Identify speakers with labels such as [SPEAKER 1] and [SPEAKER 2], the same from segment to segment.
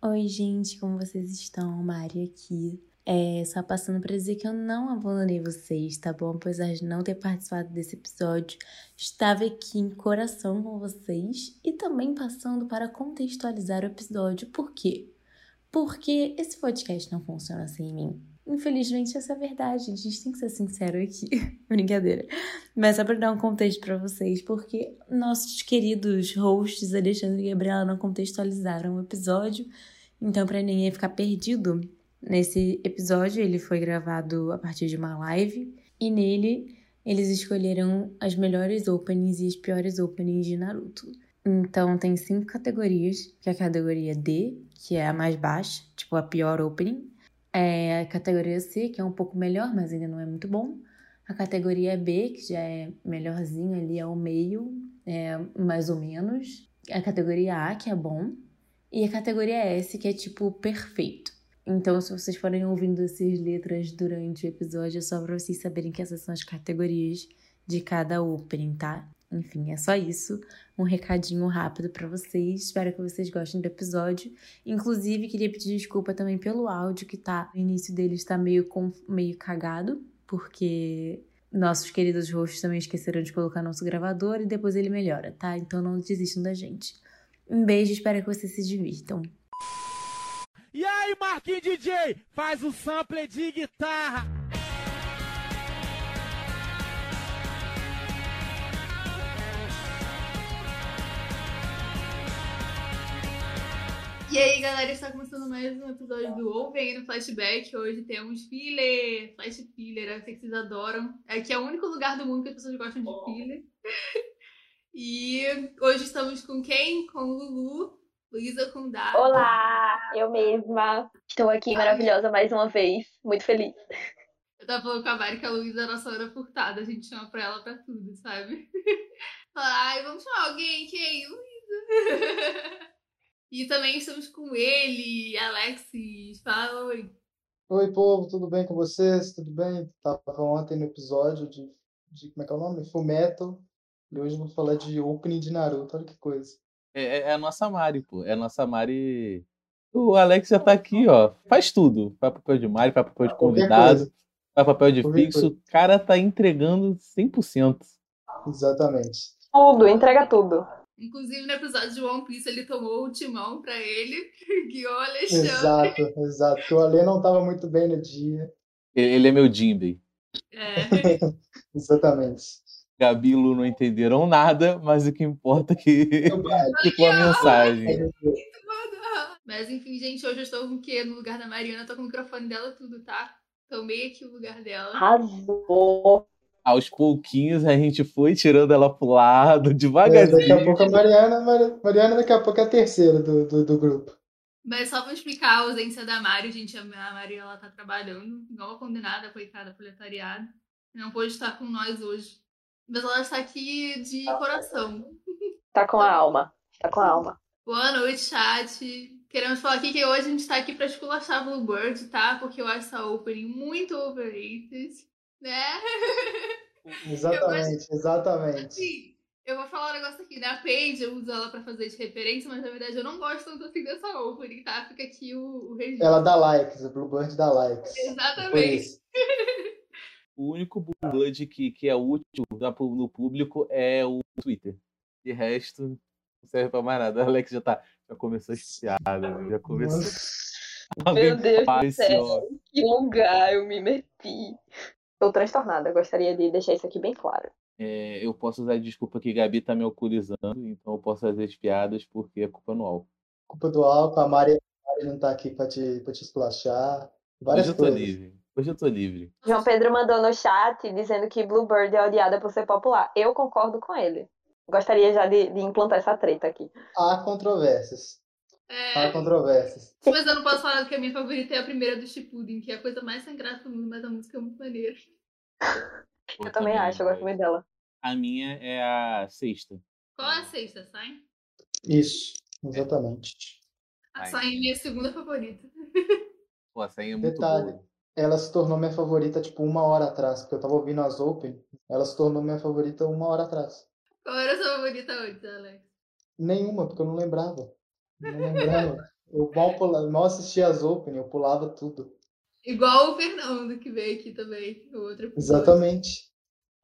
[SPEAKER 1] Oi, gente, como vocês estão? Mari aqui. É, só passando para dizer que eu não abandonei vocês, tá bom? Apesar de não ter participado desse episódio, estava aqui em coração com vocês e também passando para contextualizar o episódio. Por quê? Porque esse podcast não funciona sem mim. Infelizmente, essa é a verdade. A gente tem que ser sincero aqui. Brincadeira. Mas só para dar um contexto para vocês, porque nossos queridos hosts Alexandre e Gabriela não contextualizaram o episódio. Então, para ninguém ficar perdido, nesse episódio ele foi gravado a partir de uma live e nele eles escolheram as melhores openings e as piores openings de Naruto. Então, tem cinco categorias, que é a categoria D, que é a mais baixa, tipo a pior opening, é a categoria C, que é um pouco melhor, mas ainda não é muito bom. A categoria B, que já é melhorzinho ali ao meio, é mais ou menos. A categoria A, que é bom. E a categoria S, que é tipo perfeito. Então, se vocês forem ouvindo essas letras durante o episódio, é só pra vocês saberem que essas são as categorias de cada opening, tá? Enfim, é só isso. Um recadinho rápido para vocês. Espero que vocês gostem do episódio. Inclusive, queria pedir desculpa também pelo áudio que tá. O início dele está meio, conf... meio cagado, porque nossos queridos rostos também esqueceram de colocar nosso gravador e depois ele melhora, tá? Então não desistam da gente. Um beijo, espero que vocês se Um divirtam.
[SPEAKER 2] E aí, Marquinhos DJ, faz um sample de guitarra.
[SPEAKER 3] E aí, galera, está começando mais um episódio do Open no Flashback. Hoje temos filler, flash filler, eu sei que vocês adoram. Aqui é o único lugar do mundo que as pessoas gostam de filler. E hoje estamos com quem? Com Lulu, Luísa Condá.
[SPEAKER 4] Olá, eu mesma. Estou aqui maravilhosa mais uma vez. Muito feliz.
[SPEAKER 3] Eu tava falando com a Mari que a Luísa é a nossa hora furtada, a gente chama pra ela pra tudo, sabe? Fala, Ai, vamos chamar alguém, quem? Luísa. E também estamos com ele, Alexis. Fala, oi.
[SPEAKER 5] Oi, povo, tudo bem com vocês? Tudo bem? Tava ontem no episódio de, de como é que é o nome? Fullmetal. E hoje eu vou falar de opening de Naruto, olha que coisa.
[SPEAKER 6] É, é a nossa Mari, pô. É a nossa Mari. O Alex já tá aqui, ó. Faz tudo. Faz papel de Mari, faz papel de
[SPEAKER 5] Ah, Qualquer
[SPEAKER 6] convidado,
[SPEAKER 5] coisa.
[SPEAKER 6] faz papel de
[SPEAKER 5] Qualquer
[SPEAKER 6] fixo.
[SPEAKER 5] coisa.
[SPEAKER 6] O cara tá entregando 100%.
[SPEAKER 5] Exatamente.
[SPEAKER 4] Tudo, entrega tudo.
[SPEAKER 3] Inclusive, no episódio de One Piece, ele tomou o timão pra ele, guiou o Alexandre.
[SPEAKER 5] Exato, exato. Porque o Alê não tava muito bem no dia.
[SPEAKER 6] Ele ele é meu Jimbe.
[SPEAKER 3] É.
[SPEAKER 5] Exatamente.
[SPEAKER 6] Gabi e Lu não entenderam nada, mas o que importa é que
[SPEAKER 5] Então, vai,
[SPEAKER 6] ficou a mensagem.
[SPEAKER 3] Mas enfim, gente, hoje eu estou com o quê? No lugar da Mariana, eu tô com o microfone dela tudo, tá? Tomei aqui o lugar dela.
[SPEAKER 4] Arrasou.
[SPEAKER 6] Aos pouquinhos a gente foi tirando ela pro lado,
[SPEAKER 5] é, daqui
[SPEAKER 6] devagarzinho.
[SPEAKER 5] a pouco a Mariana, Mari- Mariana daqui a pouco é a terceira do, do, do grupo.
[SPEAKER 3] Mas só pra explicar a ausência da Mari, gente, a Mari, ela tá trabalhando, igual a condenada, coitada, proletariada. Não pôde estar com nós hoje. Mas ela está aqui de coração.
[SPEAKER 4] Tá com a alma. Tá com a alma.
[SPEAKER 3] Boa noite, chat. Queremos falar aqui que hoje a gente tá aqui pra esculachar Bluebird, tá? Porque eu acho essa opening muito overrated, né?
[SPEAKER 5] Exatamente, exatamente.
[SPEAKER 3] Assim, eu vou falar um negócio aqui. Na Paige eu uso ela pra fazer de referência, mas na verdade eu não gosto tanto assim dessa opening, tá? Fica aqui o, o registro.
[SPEAKER 5] Ela dá likes, a Bluebird dá likes. Foi
[SPEAKER 3] Exatamente.
[SPEAKER 5] isso.
[SPEAKER 6] O único Blood que, que é útil da pu- do público é o Twitter. De resto, não serve pra mais nada. O Alex já tá. Já começou a espiada, já começou. Alguém
[SPEAKER 4] Deus
[SPEAKER 6] para
[SPEAKER 4] do
[SPEAKER 6] esse
[SPEAKER 4] céu.
[SPEAKER 6] homem.
[SPEAKER 4] Que lugar eu me meti. Tô transtornada. Gostaria de deixar isso aqui bem claro.
[SPEAKER 6] É, eu posso usar a desculpa que Gabi tá me alcoolizando, então eu posso fazer as piadas porque é culpa no álcool.
[SPEAKER 5] Culpa do álcool, a Mari, a Mari não tá aqui pra te, pra te esculachar. Várias
[SPEAKER 6] Hoje eu tô
[SPEAKER 5] coisas.
[SPEAKER 6] livre. Hoje eu tô livre.
[SPEAKER 4] João Pedro mandou no chat dizendo que Bluebird é odiada por ser popular. Eu concordo com ele. Gostaria já de, de implantar essa treta aqui.
[SPEAKER 5] Há controvérsias.
[SPEAKER 3] É,
[SPEAKER 5] Há controvérsias.
[SPEAKER 3] mas eu não posso falar que a minha favorita é a primeira do Shippuden, que é a coisa mais sem graça do mundo, mas a música é muito maneira.
[SPEAKER 4] Eu, também acho, eu gosto muito dela.
[SPEAKER 6] A minha é a sexta.
[SPEAKER 3] Qual é a sexta, Sai?
[SPEAKER 5] Isso, exatamente.
[SPEAKER 3] A
[SPEAKER 6] Ai.
[SPEAKER 3] Sai é minha segunda favorita.
[SPEAKER 6] Pô, essa aí é muito
[SPEAKER 5] Detalhe.
[SPEAKER 6] boa.
[SPEAKER 5] Ela se tornou minha favorita, tipo, uma hora atrás, porque eu tava ouvindo as Open. Ela se tornou minha favorita uma hora atrás.
[SPEAKER 3] Qual era a sua favorita hoje, Alex?
[SPEAKER 5] Nenhuma, porque eu não lembrava. Não lembrava. Eu mal, pula- mal assistia as Open, eu pulava tudo.
[SPEAKER 3] Igual o Fernando que veio aqui também. o outro episódio.
[SPEAKER 5] Exatamente.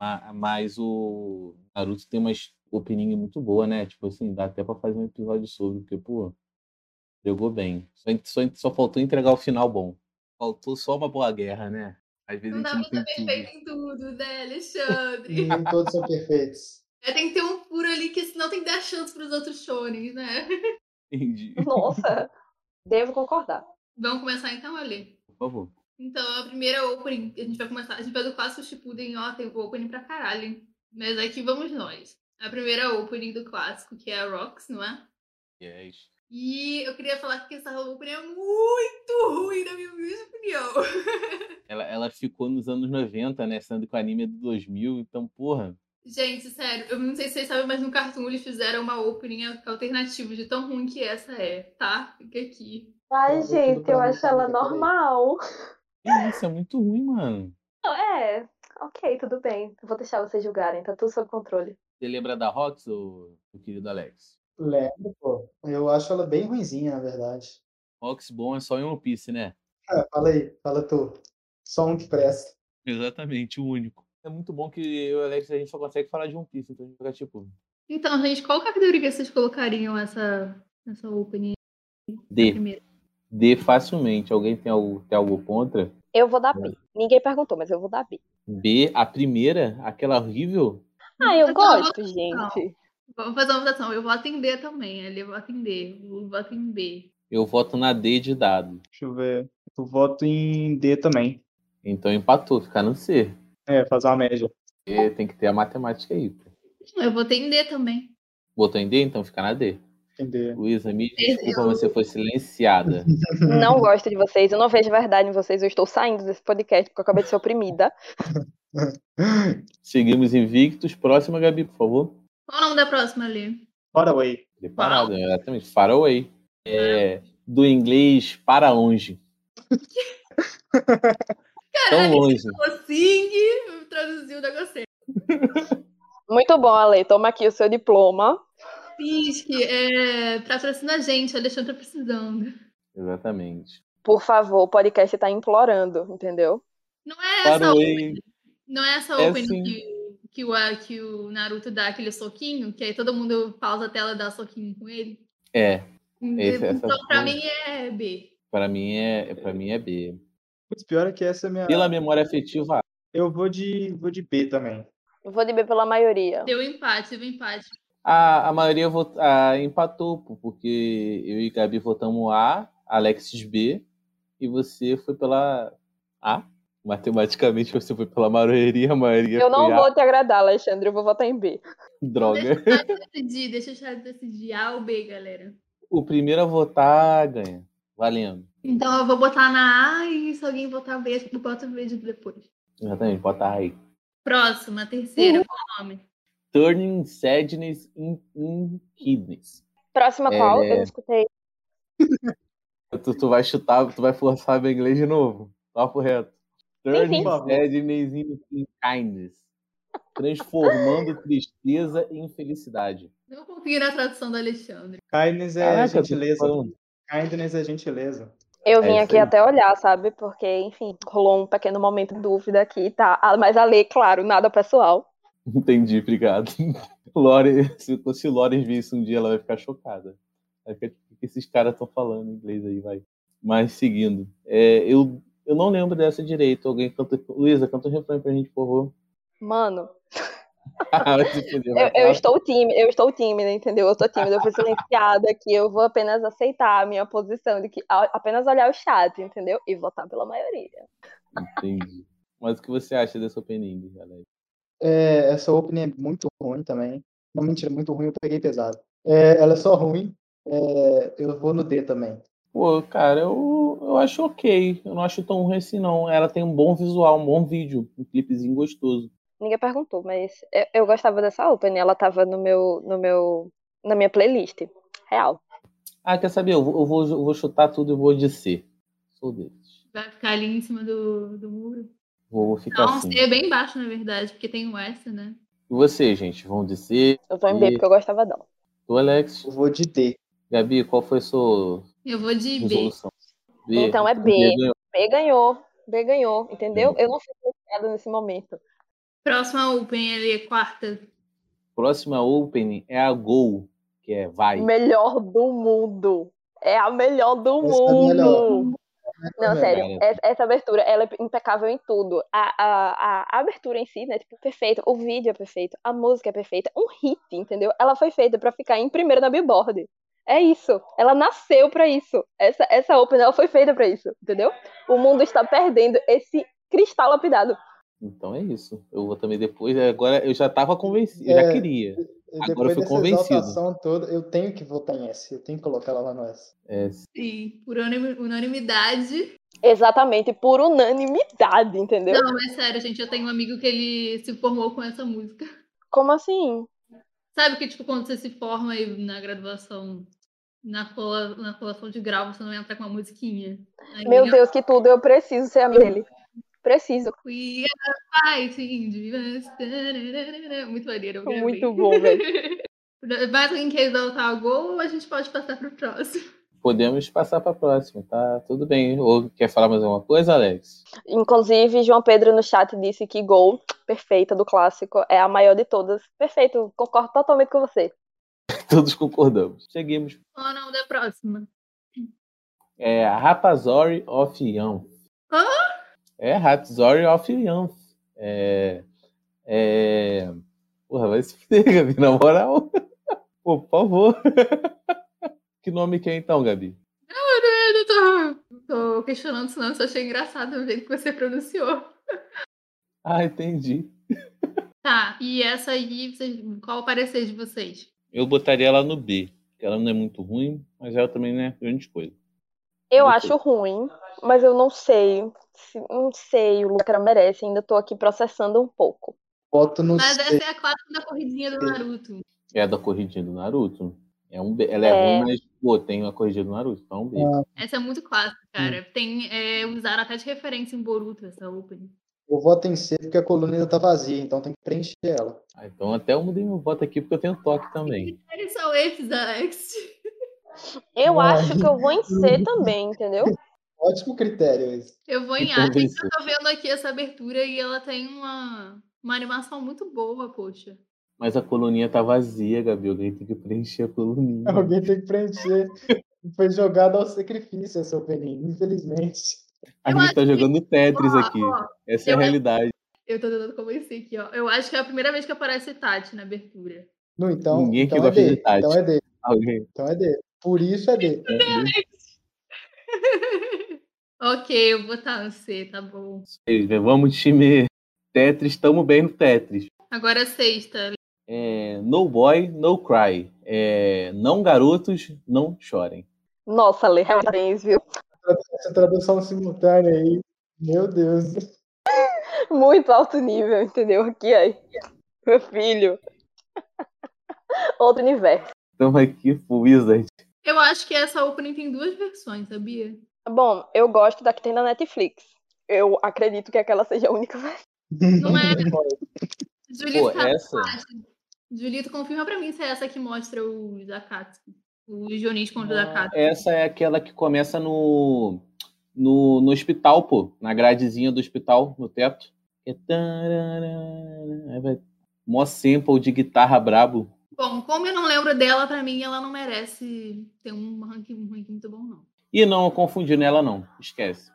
[SPEAKER 6] Ma- Mas o Naruto tem umas opiniões muito boa, né? Tipo assim, dá até pra fazer um episódio sobre, porque, pô, jogou bem. Só, só, só faltou entregar o final bom. Faltou só uma boa guerra, né? Às
[SPEAKER 3] Não
[SPEAKER 6] vezes a
[SPEAKER 3] dá pra
[SPEAKER 6] gente não
[SPEAKER 3] ser
[SPEAKER 6] tem tudo.
[SPEAKER 3] perfeito em tudo, né, Alexandre?
[SPEAKER 5] Nem todos são perfeitos.
[SPEAKER 3] É, tem que ter um puro ali, que senão tem que dar chance pros outros shonens, né?
[SPEAKER 6] Entendi.
[SPEAKER 4] Nossa, devo concordar.
[SPEAKER 3] Vamos começar então, Ale.
[SPEAKER 6] Por favor.
[SPEAKER 3] Então, a primeira opening, a gente vai começar, a gente fez o clássico Shippuden, ó, tem opening pra caralho, hein? Mas aqui vamos nós. A primeira opening do clássico, que é a Rocks, não é?
[SPEAKER 6] Yes.
[SPEAKER 3] E eu queria falar que essa opening é muito ruim, na minha humilde opinião.
[SPEAKER 6] Ela, ela ficou nos anos 90, né? Sendo que o anime é do 2000, então, porra.
[SPEAKER 3] Gente, sério, eu não sei se vocês sabem, mas no Cartoon eles fizeram uma opening alternativa de tão ruim que essa é, tá? Fica aqui.
[SPEAKER 4] Ai,
[SPEAKER 5] Tudo
[SPEAKER 4] gente,
[SPEAKER 5] pra
[SPEAKER 4] eu
[SPEAKER 5] mim,
[SPEAKER 4] acho ela
[SPEAKER 5] tudo pra mim.
[SPEAKER 4] normal.
[SPEAKER 6] que Isso é muito ruim, mano.
[SPEAKER 4] É, ok, tudo bem. Vou deixar vocês julgarem, tá tudo sob controle.
[SPEAKER 6] Você lembra da Rox, ô, meu querido Alex?
[SPEAKER 5] Lembro, pô. Eu acho ela bem ruinzinha, na verdade.
[SPEAKER 6] Rox bom é só em One Piece, né?
[SPEAKER 5] Ah, fala aí, fala tu. Só um que presta.
[SPEAKER 6] Exatamente, o único. É muito bom que eu e o Alex a gente só consegue falar de One Piece, então a gente fica tipo.
[SPEAKER 3] Então, gente, qual categoria que vocês colocariam essa, essa opening
[SPEAKER 6] D.
[SPEAKER 3] primeiro?
[SPEAKER 6] D facilmente. Alguém tem algo, tem algo contra?
[SPEAKER 4] Eu vou dar
[SPEAKER 6] É.
[SPEAKER 4] B. Ninguém perguntou, mas eu vou dar B.
[SPEAKER 6] B, a primeira, aquela horrível?
[SPEAKER 4] Ah, eu
[SPEAKER 3] Não,
[SPEAKER 4] gosto,
[SPEAKER 3] não.
[SPEAKER 4] gente.
[SPEAKER 3] Vamos fazer uma votação. Eu vou atender também, ali eu vou atender. Eu voto em B.
[SPEAKER 6] Eu voto na D de dado.
[SPEAKER 7] Deixa eu ver. Eu voto em D também.
[SPEAKER 6] Então empatou, ficar no C.
[SPEAKER 7] É, fazer uma média.
[SPEAKER 6] E tem que ter a matemática aí. pô.
[SPEAKER 3] Eu votei em D também.
[SPEAKER 6] Botou em D, então fica na D.
[SPEAKER 7] Entender.
[SPEAKER 6] Luísa, me desculpa, você foi silenciada.
[SPEAKER 4] Não gosto de vocês, eu não vejo verdade em vocês. Eu estou saindo desse podcast porque eu acabei de ser oprimida.
[SPEAKER 6] Seguimos invictos. Próxima, Gabi, por favor.
[SPEAKER 3] Qual o nome da próxima, ali?
[SPEAKER 7] Fora away.
[SPEAKER 6] Preparado, é né? exatamente. Far away. É, do inglês para longe. Tão longe.
[SPEAKER 3] Sing traduziu o negócio.
[SPEAKER 4] Muito bom, Ale. Toma aqui o seu diploma.
[SPEAKER 3] Fisk, é, patrocina a gente, o Alexandre tá precisando.
[SPEAKER 6] Exatamente.
[SPEAKER 4] Por favor, o podcast tá implorando, entendeu?
[SPEAKER 3] Não é essa
[SPEAKER 6] Para
[SPEAKER 4] um
[SPEAKER 3] opening.
[SPEAKER 6] away.
[SPEAKER 3] Não é essa
[SPEAKER 6] É,
[SPEAKER 3] opening
[SPEAKER 6] sim.
[SPEAKER 3] que, que, o, que o Naruto dá aquele soquinho, que aí todo mundo pausa a tela e dá soquinho com ele?
[SPEAKER 6] É, Esse- essa
[SPEAKER 3] então, pra
[SPEAKER 6] foi-
[SPEAKER 3] mim é B.
[SPEAKER 6] para mim é, para mim é B.
[SPEAKER 7] Putz, pior é que essa é minha.
[SPEAKER 4] Ah.
[SPEAKER 6] Pela memória afetiva,
[SPEAKER 7] Eu vou de, vou de B também.
[SPEAKER 4] Eu vou de B pela maioria.
[SPEAKER 3] Deu um empate, deu empate.
[SPEAKER 6] a, a maioria vot- a, empatou, pô, porque eu e Gabi votamos A, Alexis B, e você foi pela A. Matematicamente você foi pela maioria, a maioria
[SPEAKER 4] Eu não
[SPEAKER 6] foi
[SPEAKER 4] vou te agradar, Alexandre. Eu vou votar em B.
[SPEAKER 6] A. Droga.
[SPEAKER 3] Então, Deixa eu decidir, deixa eu já decidir. A ou B, galera.
[SPEAKER 6] O primeiro a votar ganha. Valendo.
[SPEAKER 3] Então eu vou botar na A e se alguém votar B, eu boto B de depois. Uhum.
[SPEAKER 6] Exatamente, bota aí.
[SPEAKER 3] Próxima, terceira, qual o nome?
[SPEAKER 6] Turning sadness in, in kidneys.
[SPEAKER 4] Próxima qual?
[SPEAKER 6] É.
[SPEAKER 4] Eu não escutei.
[SPEAKER 6] Tu, tu vai chutar, tu vai forçar meu inglês de novo. Papo reto. Turning
[SPEAKER 4] Sim,
[SPEAKER 7] sim.
[SPEAKER 6] sadness in, in kindness. Transformando tristeza em felicidade.
[SPEAKER 3] Não confio na tradução do Alexandre.
[SPEAKER 7] Kindness é
[SPEAKER 6] Caraca, eu tô
[SPEAKER 7] gentileza.
[SPEAKER 6] falando.
[SPEAKER 7] Kindness é gentileza.
[SPEAKER 4] Eu
[SPEAKER 6] É
[SPEAKER 4] vim
[SPEAKER 6] isso
[SPEAKER 4] aqui
[SPEAKER 6] aí.
[SPEAKER 4] até olhar, sabe? Porque, enfim, rolou um pequeno momento de dúvida aqui, tá? Ah, Mas a lei, claro, nada pessoal.
[SPEAKER 6] Entendi, obrigado. Lore, se, se Lawrence ver isso um dia, ela vai ficar chocada. Vai ficar, tipo, o que esses caras estão falando em inglês aí, vai. Mas seguindo. é, eu, eu não lembro dessa direito. Alguém canta. Luísa, canta um refrão pra gente, por favor.
[SPEAKER 4] Mano,
[SPEAKER 6] Vai se fuder, vai
[SPEAKER 4] eu, eu
[SPEAKER 6] falar
[SPEAKER 4] estou tímida, eu estou tímida, entendeu? Eu estou tímida, eu fui silenciada aqui, eu vou apenas aceitar a minha posição de que a- apenas olhar o chat, entendeu? E votar pela maioria.
[SPEAKER 6] Entendi. Mas o que você acha dessa opening, galera?
[SPEAKER 5] É, essa opening é muito ruim também. Não, mentira, muito ruim, eu peguei pesado. É, ela é só ruim. É, eu vou no D também.
[SPEAKER 6] Pô, cara, eu, eu acho ok. Eu não acho tão ruim assim, não. Ela tem um bom visual, um bom vídeo. Um clipezinho gostoso.
[SPEAKER 4] Ninguém perguntou, mas eu, eu gostava dessa open, ela tava no meu, no meu, na minha playlist. Real.
[SPEAKER 6] Ah, quer saber? Eu vou, eu vou, eu vou chutar tudo e vou descer. Sou deles.
[SPEAKER 3] Vai ficar ali em cima do, do muro.
[SPEAKER 6] Vou, vou ficar
[SPEAKER 3] Não,
[SPEAKER 6] assim.
[SPEAKER 3] C é bem baixo, na verdade, porque tem o S, né?
[SPEAKER 6] E vocês, gente? Vão descer?
[SPEAKER 4] Eu vou em B
[SPEAKER 6] E-
[SPEAKER 4] porque eu gostava dela.
[SPEAKER 6] Tu, Alex?
[SPEAKER 5] Eu vou de D.
[SPEAKER 6] Gabi, qual foi seu,
[SPEAKER 3] Eu vou de B.
[SPEAKER 6] Resolução.
[SPEAKER 4] Então é B.
[SPEAKER 6] ganhou.
[SPEAKER 4] B ganhou. B ganhou,
[SPEAKER 6] Uhum.
[SPEAKER 4] entendeu? Eu não fiz piada nesse momento.
[SPEAKER 3] Próxima Open ali, quarta.
[SPEAKER 6] Próxima opening é a Gol, que é vai.
[SPEAKER 4] Melhor do mundo. É a melhor do
[SPEAKER 5] Essa é a
[SPEAKER 4] mundo.
[SPEAKER 5] melhor.
[SPEAKER 4] Não,
[SPEAKER 5] É,
[SPEAKER 4] sério,
[SPEAKER 6] cara.
[SPEAKER 4] essa, essa abertura, ela é impecável em tudo. A, a, a- a abertura em si, né, tipo, perfeita. O vídeo é perfeito, a música é perfeita, um hit, entendeu? Ela foi feita pra ficar em primeiro na Billboard. É isso. Ela nasceu pra isso. Essa, essa Open, ela foi feita pra isso, entendeu? O mundo está perdendo esse cristal lapidado.
[SPEAKER 6] Então é isso. Eu vou também depois. é, Agora eu já tava convencido, eu já
[SPEAKER 5] É.
[SPEAKER 6] queria.
[SPEAKER 5] E depois
[SPEAKER 6] Agora eu fui
[SPEAKER 5] dessa
[SPEAKER 6] convencido.
[SPEAKER 5] exaltação toda, eu tenho que votar em S. Eu tenho que colocar ela lá no S.
[SPEAKER 6] É,
[SPEAKER 3] Sim, por unanim- unanimidade.
[SPEAKER 4] Exatamente, por unanimidade, entendeu?
[SPEAKER 3] Não, mas sério, gente, eu tenho um amigo que ele se formou com essa música.
[SPEAKER 4] Como assim?
[SPEAKER 3] Sabe que, tipo, quando você se forma aí na graduação, na, cola, na colação de grau, você não entra com uma musiquinha. Aí
[SPEAKER 4] Meu
[SPEAKER 3] eu
[SPEAKER 4] Deus, que tudo, eu preciso ser amigo dele. Preciso.
[SPEAKER 3] fui, "Ah, vai, sim, divas, tararara". Muito maneiro. eu gravei.
[SPEAKER 4] Muito bom, velho.
[SPEAKER 3] Mais alguém quer exaltar o gol ou a gente pode passar pro próximo?
[SPEAKER 6] podemos passar pra próxima, tá? Tudo bem. Ou quer falar mais alguma coisa, Alex?
[SPEAKER 4] Inclusive, João Pedro no chat disse que Gol, perfeita do clássico, é a maior de todas. Perfeito, concordo totalmente com você.
[SPEAKER 6] Todos concordamos. Seguimos.
[SPEAKER 3] Qual é o nome da próxima?
[SPEAKER 6] É a Rapazori of Young.
[SPEAKER 3] Hã?
[SPEAKER 6] É Rapazori of Young. É. É. Porra, vai se fuder, Gabi, na moral. Pô, por favor. Que nome que é então, Gabi?
[SPEAKER 3] Eu não tô, É, tô questionando isso não, eu só achei engraçado o jeito que você pronunciou.
[SPEAKER 6] Ah, entendi.
[SPEAKER 3] Tá, e essa aí, vocês- qual o parecer de vocês?
[SPEAKER 6] Eu botaria ela no B, que ela não é muito ruim, mas ela também não é grande coisa.
[SPEAKER 4] Eu
[SPEAKER 6] Muito.
[SPEAKER 4] acho ruim, mas eu não sei. se- Não sei, o Lucra merece, ainda tô aqui processando um pouco.
[SPEAKER 5] Voto no
[SPEAKER 3] Mas
[SPEAKER 5] C.
[SPEAKER 3] essa é a clássica da corridinha do Naruto.
[SPEAKER 6] É a da corridinha do Naruto. É um B. Ela é,
[SPEAKER 4] É.
[SPEAKER 6] ruim, mas pô, tem a corridinha do Naruto, então é um B.
[SPEAKER 5] Ah.
[SPEAKER 3] Essa é muito clássica,
[SPEAKER 6] Hum.
[SPEAKER 3] cara. Tem, é, usaram até de referência em Boruto essa opening.
[SPEAKER 5] Eu voto em C porque a coluna ainda tá vazia, então tem que preencher ela.
[SPEAKER 6] Ah, então até eu mudei meu voto aqui porque eu tenho toque também.
[SPEAKER 3] Eles são esses, Alex.
[SPEAKER 4] Eu
[SPEAKER 5] Ai.
[SPEAKER 4] acho que eu vou em C também, entendeu?
[SPEAKER 5] Ótimo critério esse.
[SPEAKER 3] Eu vou em
[SPEAKER 6] Então
[SPEAKER 3] A,
[SPEAKER 6] vem
[SPEAKER 3] gente, eu tô vendo aqui essa abertura e ela tem uma, uma animação muito boa, poxa.
[SPEAKER 6] Mas a coluninha tá vazia, Gabi. Alguém tem que preencher a coluninha.
[SPEAKER 5] Alguém tem que preencher. Foi jogado ao sacrifício essa opening, infelizmente.
[SPEAKER 6] A
[SPEAKER 3] Eu acho
[SPEAKER 6] gente tá
[SPEAKER 3] que-
[SPEAKER 6] jogando Tetris
[SPEAKER 3] Ó,
[SPEAKER 6] aqui.
[SPEAKER 3] ó,
[SPEAKER 6] Essa é
[SPEAKER 3] eu
[SPEAKER 6] a
[SPEAKER 3] acho-
[SPEAKER 6] realidade.
[SPEAKER 3] eu tô tentando convencer aqui, ó. Eu acho que é a primeira vez que aparece Tati na abertura.
[SPEAKER 5] No, então,
[SPEAKER 6] Ninguém aqui
[SPEAKER 5] então é
[SPEAKER 6] gosta de
[SPEAKER 5] D.
[SPEAKER 6] Tati.
[SPEAKER 5] Então é D.
[SPEAKER 6] Alguém.
[SPEAKER 5] Então é D. Por isso é D.
[SPEAKER 3] Ok, eu vou estar no C, tá bom.
[SPEAKER 6] né? Vamos, time. Tetris, tamo bem no Tetris.
[SPEAKER 3] Agora a sexta.
[SPEAKER 6] É, no boy, no cry. É, não garotos, não chorem.
[SPEAKER 4] Nossa, Lê, parabéns, viu?
[SPEAKER 5] Essa tradução simultânea aí. Meu Deus.
[SPEAKER 4] Muito alto nível, entendeu? Aqui aí. Meu filho. Outro universo.
[SPEAKER 6] Estamos aqui pro Wizard.
[SPEAKER 3] Eu acho que essa opening tem duas versões, sabia?
[SPEAKER 4] Bom, eu gosto da que tem na Netflix. Eu acredito que aquela seja a única versão.
[SPEAKER 3] Não é? Julito,
[SPEAKER 6] Pô, é.
[SPEAKER 3] tá-
[SPEAKER 6] essa.
[SPEAKER 3] Julito, confirma pra mim se é essa que mostra o Zakatsuki. O Jonis contra o Zakatsuki.
[SPEAKER 6] Essa é aquela que começa no, no, no hospital, pô. Na gradezinha do hospital, no teto. É tarará, aí vai- Mó sample de guitarra brabo.
[SPEAKER 3] Bom, como eu não lembro dela, pra mim ela não merece ter um ranking, um ranking muito bom, não.
[SPEAKER 6] E não, eu confundi nela, não. Esquece.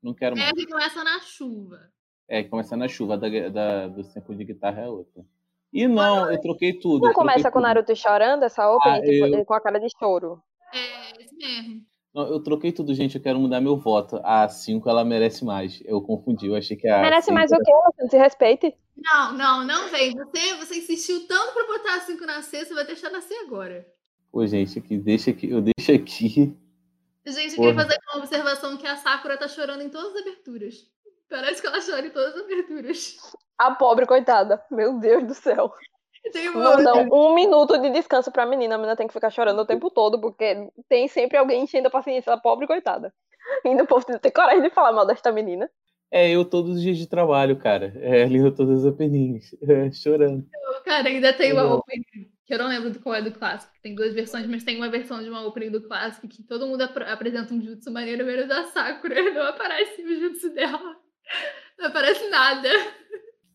[SPEAKER 6] Não quero
[SPEAKER 3] É
[SPEAKER 6] mais.
[SPEAKER 3] a que começa na chuva.
[SPEAKER 6] É, começa na chuva da, da- do sample de guitarra é outra. E não, eu troquei tudo.
[SPEAKER 4] Não
[SPEAKER 6] eu troquei
[SPEAKER 4] começa com o
[SPEAKER 6] tudo.
[SPEAKER 4] Naruto chorando, essa open,
[SPEAKER 6] Ah,
[SPEAKER 4] tipo,
[SPEAKER 6] eu-
[SPEAKER 4] ele com a cara de choro.
[SPEAKER 3] É, esse mesmo.
[SPEAKER 6] Não, eu troquei tudo, gente. Eu quero mudar meu voto. A 5 ela merece mais. Eu confundi, eu achei que a.
[SPEAKER 4] Merece
[SPEAKER 6] cinco
[SPEAKER 4] mais o quê? Você não se respeite.
[SPEAKER 3] Não, não, não vem. Você, você insistiu tanto pra botar a 5 na C, você vai deixar na C agora.
[SPEAKER 6] Pô, gente, que deixa aqui, eu deixo aqui.
[SPEAKER 3] Gente, eu
[SPEAKER 6] Porra.
[SPEAKER 3] queria fazer uma observação que a Sakura tá chorando em todas as aberturas. Parece que ela chora em todas as aberturas.
[SPEAKER 4] A pobre, coitada. Meu Deus do céu.
[SPEAKER 3] Tem uma
[SPEAKER 4] Não dão um minuto de descanso pra menina. A menina tem que ficar chorando o tempo todo, porque tem sempre alguém enchendo a paciência da pobre, coitada. Ainda o povo tem coragem de falar mal desta menina.
[SPEAKER 6] É eu todos os dias de trabalho, cara. É, lendo todas as peninhas, é, chorando.
[SPEAKER 3] Cara, ainda tem uma
[SPEAKER 5] Legal.
[SPEAKER 3] open Que eu não lembro do qual é do clássico. que Tem duas versões, mas tem uma versão de uma opening do clássico que todo mundo apro- apresenta um jutsu maneiro, menos a Sakura. Não aparece o jutsu dela. Não aparece nada.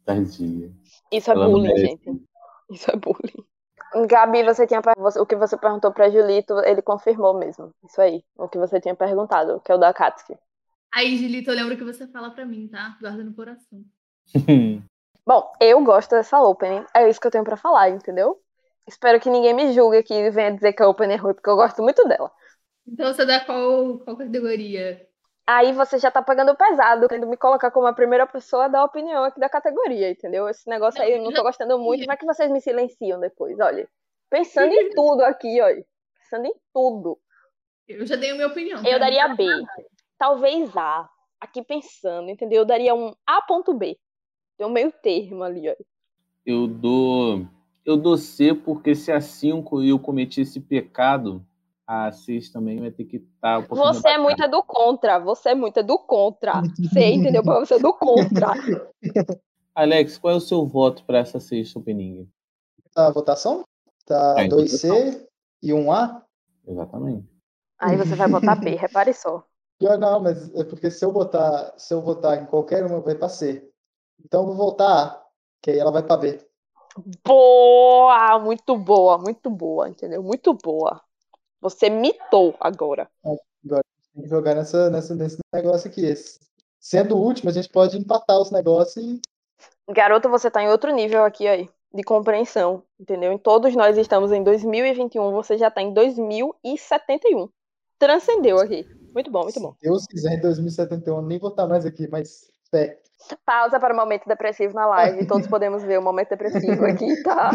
[SPEAKER 6] Tardia.
[SPEAKER 4] Isso é
[SPEAKER 6] Ela
[SPEAKER 4] bullying,
[SPEAKER 6] merece.
[SPEAKER 4] gente. Isso é bullying. Gabi, você tinha per- você- o que você perguntou pra Julito, ele confirmou mesmo. Isso aí, o que você tinha perguntado, que é o da Akatsuki.
[SPEAKER 3] Aí, Gilito, eu lembro que você fala pra mim, tá? Guarda no coração.
[SPEAKER 4] Bom, eu gosto dessa opening, é isso que eu tenho pra falar, entendeu? Espero que ninguém me julgue aqui e venha dizer que a opening é ruim, porque eu gosto muito dela.
[SPEAKER 3] Então você dá qual, qual categoria?
[SPEAKER 4] Aí você já tá pagando pesado, querendo me colocar como a primeira pessoa da opinião aqui da categoria, entendeu? Esse negócio aí eu não tô gostando muito, vai que vocês me silenciam depois, olha. Pensando em tudo aqui, olha. Pensando em tudo.
[SPEAKER 3] Eu já dei a minha opinião.
[SPEAKER 4] Eu
[SPEAKER 3] tá?
[SPEAKER 4] daria B. Talvez A. Aqui pensando, entendeu? Eu daria um A ponto B. Tem um meio termo ali, ó.
[SPEAKER 6] Eu dou. Eu dou C, porque se a 5 eu cometi esse pecado, a 6 também vai ter que estar um pouco.
[SPEAKER 4] Você é muita do contra. Você é muita do contra. Você entendeu? Pra você é do contra.
[SPEAKER 6] Alex, qual é o seu voto para essa sexta opening?
[SPEAKER 5] Tá a votação? Tá
[SPEAKER 6] Tá em
[SPEAKER 5] 2C e 1A?
[SPEAKER 6] Exatamente.
[SPEAKER 4] Aí você vai botar B, repare só.
[SPEAKER 5] Pior não, mas é porque se eu botar, se eu votar em qualquer uma, vai pra C. Então eu vou votar A, que aí ela vai pra B.
[SPEAKER 4] Boa! Muito boa, muito boa, entendeu? Muito boa. Você mitou agora.
[SPEAKER 5] Tem que jogar nessa, nessa, nesse negócio aqui. Esse- Sendo o último, a gente pode empatar os negócios e
[SPEAKER 4] Garoto, você tá em outro nível aqui, aí. De compreensão, entendeu? Em todos nós estamos em 2021, você já tá em 2071. Transcendeu aqui. Muito bom, muito bom.
[SPEAKER 5] se Deus quiser, em 2071, nem votar mais aqui, mas fé.
[SPEAKER 4] Pausa para o momento depressivo na live. Todos podemos ver o momento depressivo aqui, tá?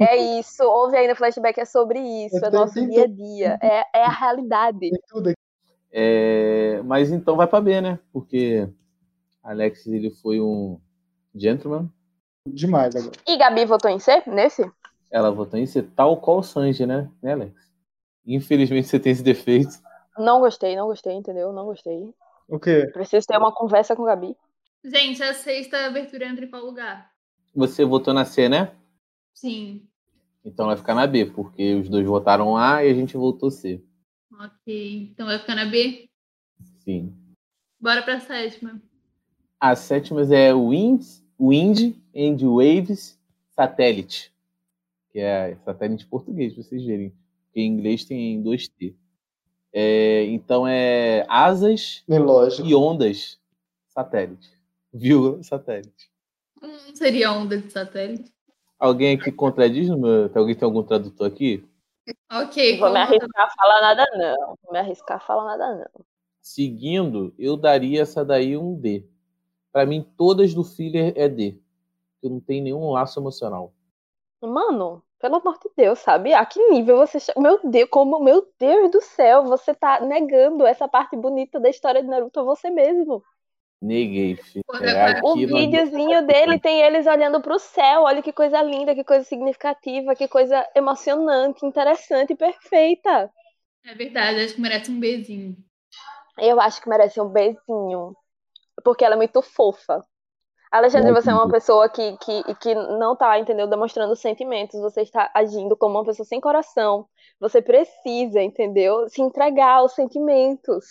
[SPEAKER 4] É isso. Ouve aí no flashback, é sobre isso. É
[SPEAKER 5] Eu tô
[SPEAKER 4] nosso
[SPEAKER 5] tentando-
[SPEAKER 4] dia a dia. É, é a realidade.
[SPEAKER 5] Tem tudo aqui.
[SPEAKER 6] É, mas então vai para B, né? Porque Alex ele foi um gentleman.
[SPEAKER 5] Demais agora.
[SPEAKER 4] E Gabi votou em C nesse?
[SPEAKER 6] Ela votou em ser tal qual o Sanji, né? Né, Alex? Infelizmente você tem esse defeito.
[SPEAKER 4] Não gostei, não gostei, entendeu? Não gostei.
[SPEAKER 7] O quê?
[SPEAKER 4] Preciso ter uma conversa com Gabi.
[SPEAKER 3] Gente, a sexta abertura entra em qual lugar?
[SPEAKER 6] Você votou na C, né?
[SPEAKER 3] Sim.
[SPEAKER 6] Então vai ficar na B, porque os dois votaram A e a gente votou C.
[SPEAKER 3] Ok. Então vai ficar na B?
[SPEAKER 6] Sim.
[SPEAKER 3] Bora pra sétima.
[SPEAKER 6] As sétimas é Winds, Wind and Waves Satellite. Que é satélite em português, pra vocês verem. Porque em inglês tem 2T. É, então é asas
[SPEAKER 5] Lógico.
[SPEAKER 6] e ondas satélite. Vírgula satélite.
[SPEAKER 3] Hum, seria onda de satélite.
[SPEAKER 6] Alguém aqui contradiz? no meu- Alguém tem algum tradutor aqui?
[SPEAKER 3] Ok.
[SPEAKER 4] Não vou me
[SPEAKER 3] qual-
[SPEAKER 4] arriscar a falar nada, não. Não vou me arriscar a falar nada, não.
[SPEAKER 6] Seguindo, eu daria essa daí um D. Pra mim, todas do filler é D. Porque não tem nenhum laço emocional.
[SPEAKER 4] Mano, pelo amor de Deus, sabe? A que nível você. che- Meu Deus, como. Meu Deus do céu, você tá negando essa parte bonita da história de Naruto a você mesmo.
[SPEAKER 6] Neguei. filho.
[SPEAKER 3] Quando
[SPEAKER 6] É,
[SPEAKER 3] agora-
[SPEAKER 4] O
[SPEAKER 6] aqui nós-
[SPEAKER 4] videozinho dele tem eles olhando pro céu. Olha que coisa linda, que coisa significativa, que coisa emocionante, interessante, perfeita.
[SPEAKER 3] É verdade, acho que merece um bezinho.
[SPEAKER 4] Eu acho que merece um beijinho. Porque ela é muito fofa. Alexandre,
[SPEAKER 6] Muito
[SPEAKER 4] você é uma
[SPEAKER 6] linda.
[SPEAKER 4] pessoa que, que, que não tá, entendeu, demonstrando sentimentos. Você está agindo como uma pessoa sem coração. Você precisa, entendeu? Se entregar aos sentimentos.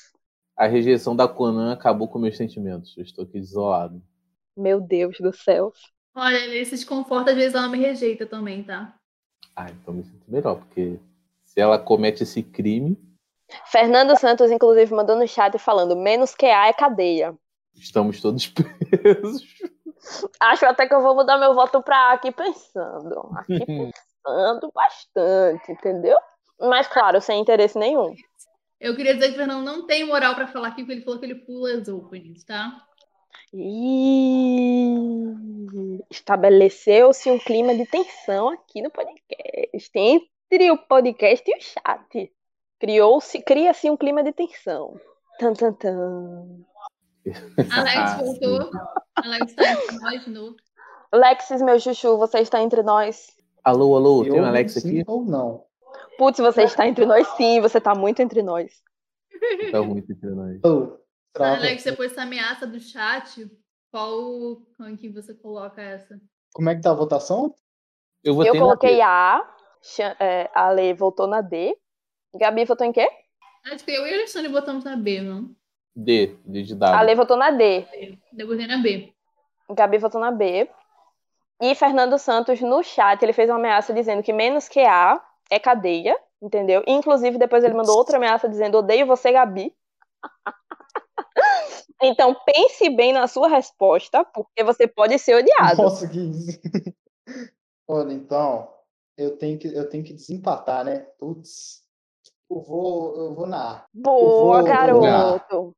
[SPEAKER 6] A rejeição da Conan acabou com meus sentimentos. Eu estou aqui isolado.
[SPEAKER 4] Meu Deus do céu.
[SPEAKER 3] Olha, ele se desconforta, às vezes ela me rejeita também, tá?
[SPEAKER 6] Ah, então me sinto melhor, porque se ela comete esse crime,
[SPEAKER 4] Fernando Santos, inclusive, mandou no chat falando: menos que A é cadeia.
[SPEAKER 6] estamos todos presos.
[SPEAKER 4] Acho até que eu vou mudar meu voto pra aqui pensando. Aqui pensando bastante, entendeu? Mas claro, sem interesse nenhum.
[SPEAKER 3] Eu queria dizer que o Fernão não tem moral pra falar aqui, porque ele falou que ele pula as openings, tá?
[SPEAKER 4] Ih, Estabeleceu-se um clima de tensão aqui no podcast. Entre o podcast e o chat. Criou-se, cria-se um clima de tensão. Tan, tan, tan.
[SPEAKER 3] Alex voltou. Alex tá entre nós de novo.
[SPEAKER 4] Lexis, meu chuchu, você está entre nós.
[SPEAKER 6] Alô, alô, tem
[SPEAKER 5] Eu
[SPEAKER 6] um Alex
[SPEAKER 5] sim
[SPEAKER 6] aqui?
[SPEAKER 5] Ou não?
[SPEAKER 4] Putz, você está entre nós sim, você está muito entre nós.
[SPEAKER 6] Tá muito entre nós.
[SPEAKER 5] Ou trava.
[SPEAKER 3] Alex, é depois dessa ameaça do chat, qual ranking você coloca essa?
[SPEAKER 5] Como é que tá a votação?
[SPEAKER 6] Eu
[SPEAKER 4] Eu,
[SPEAKER 6] votei na
[SPEAKER 4] coloquei
[SPEAKER 6] B.
[SPEAKER 4] A, Xan- é, a Ale votou na D. Gabi votou em quê?
[SPEAKER 3] Acho que eu e o Alexandre botamos na B, não?
[SPEAKER 6] D, D de
[SPEAKER 5] Ah.
[SPEAKER 4] A Ale
[SPEAKER 6] W.
[SPEAKER 4] votou na D.
[SPEAKER 3] Eu botei na B.
[SPEAKER 4] Gabi votou na B. E Fernando Santos, no chat, ele fez uma ameaça dizendo que menos que A é cadeia, entendeu? Inclusive, depois ele mandou outra ameaça dizendo odeio você, Gabi. então, pense bem na sua resposta, porque você pode ser odiado.
[SPEAKER 5] Nossa, que isso. Olha, então, eu tenho que, eu tenho que desempatar, né? Putz. Eu vou, eu vou na A,
[SPEAKER 4] Boa,
[SPEAKER 5] Vou
[SPEAKER 4] garoto.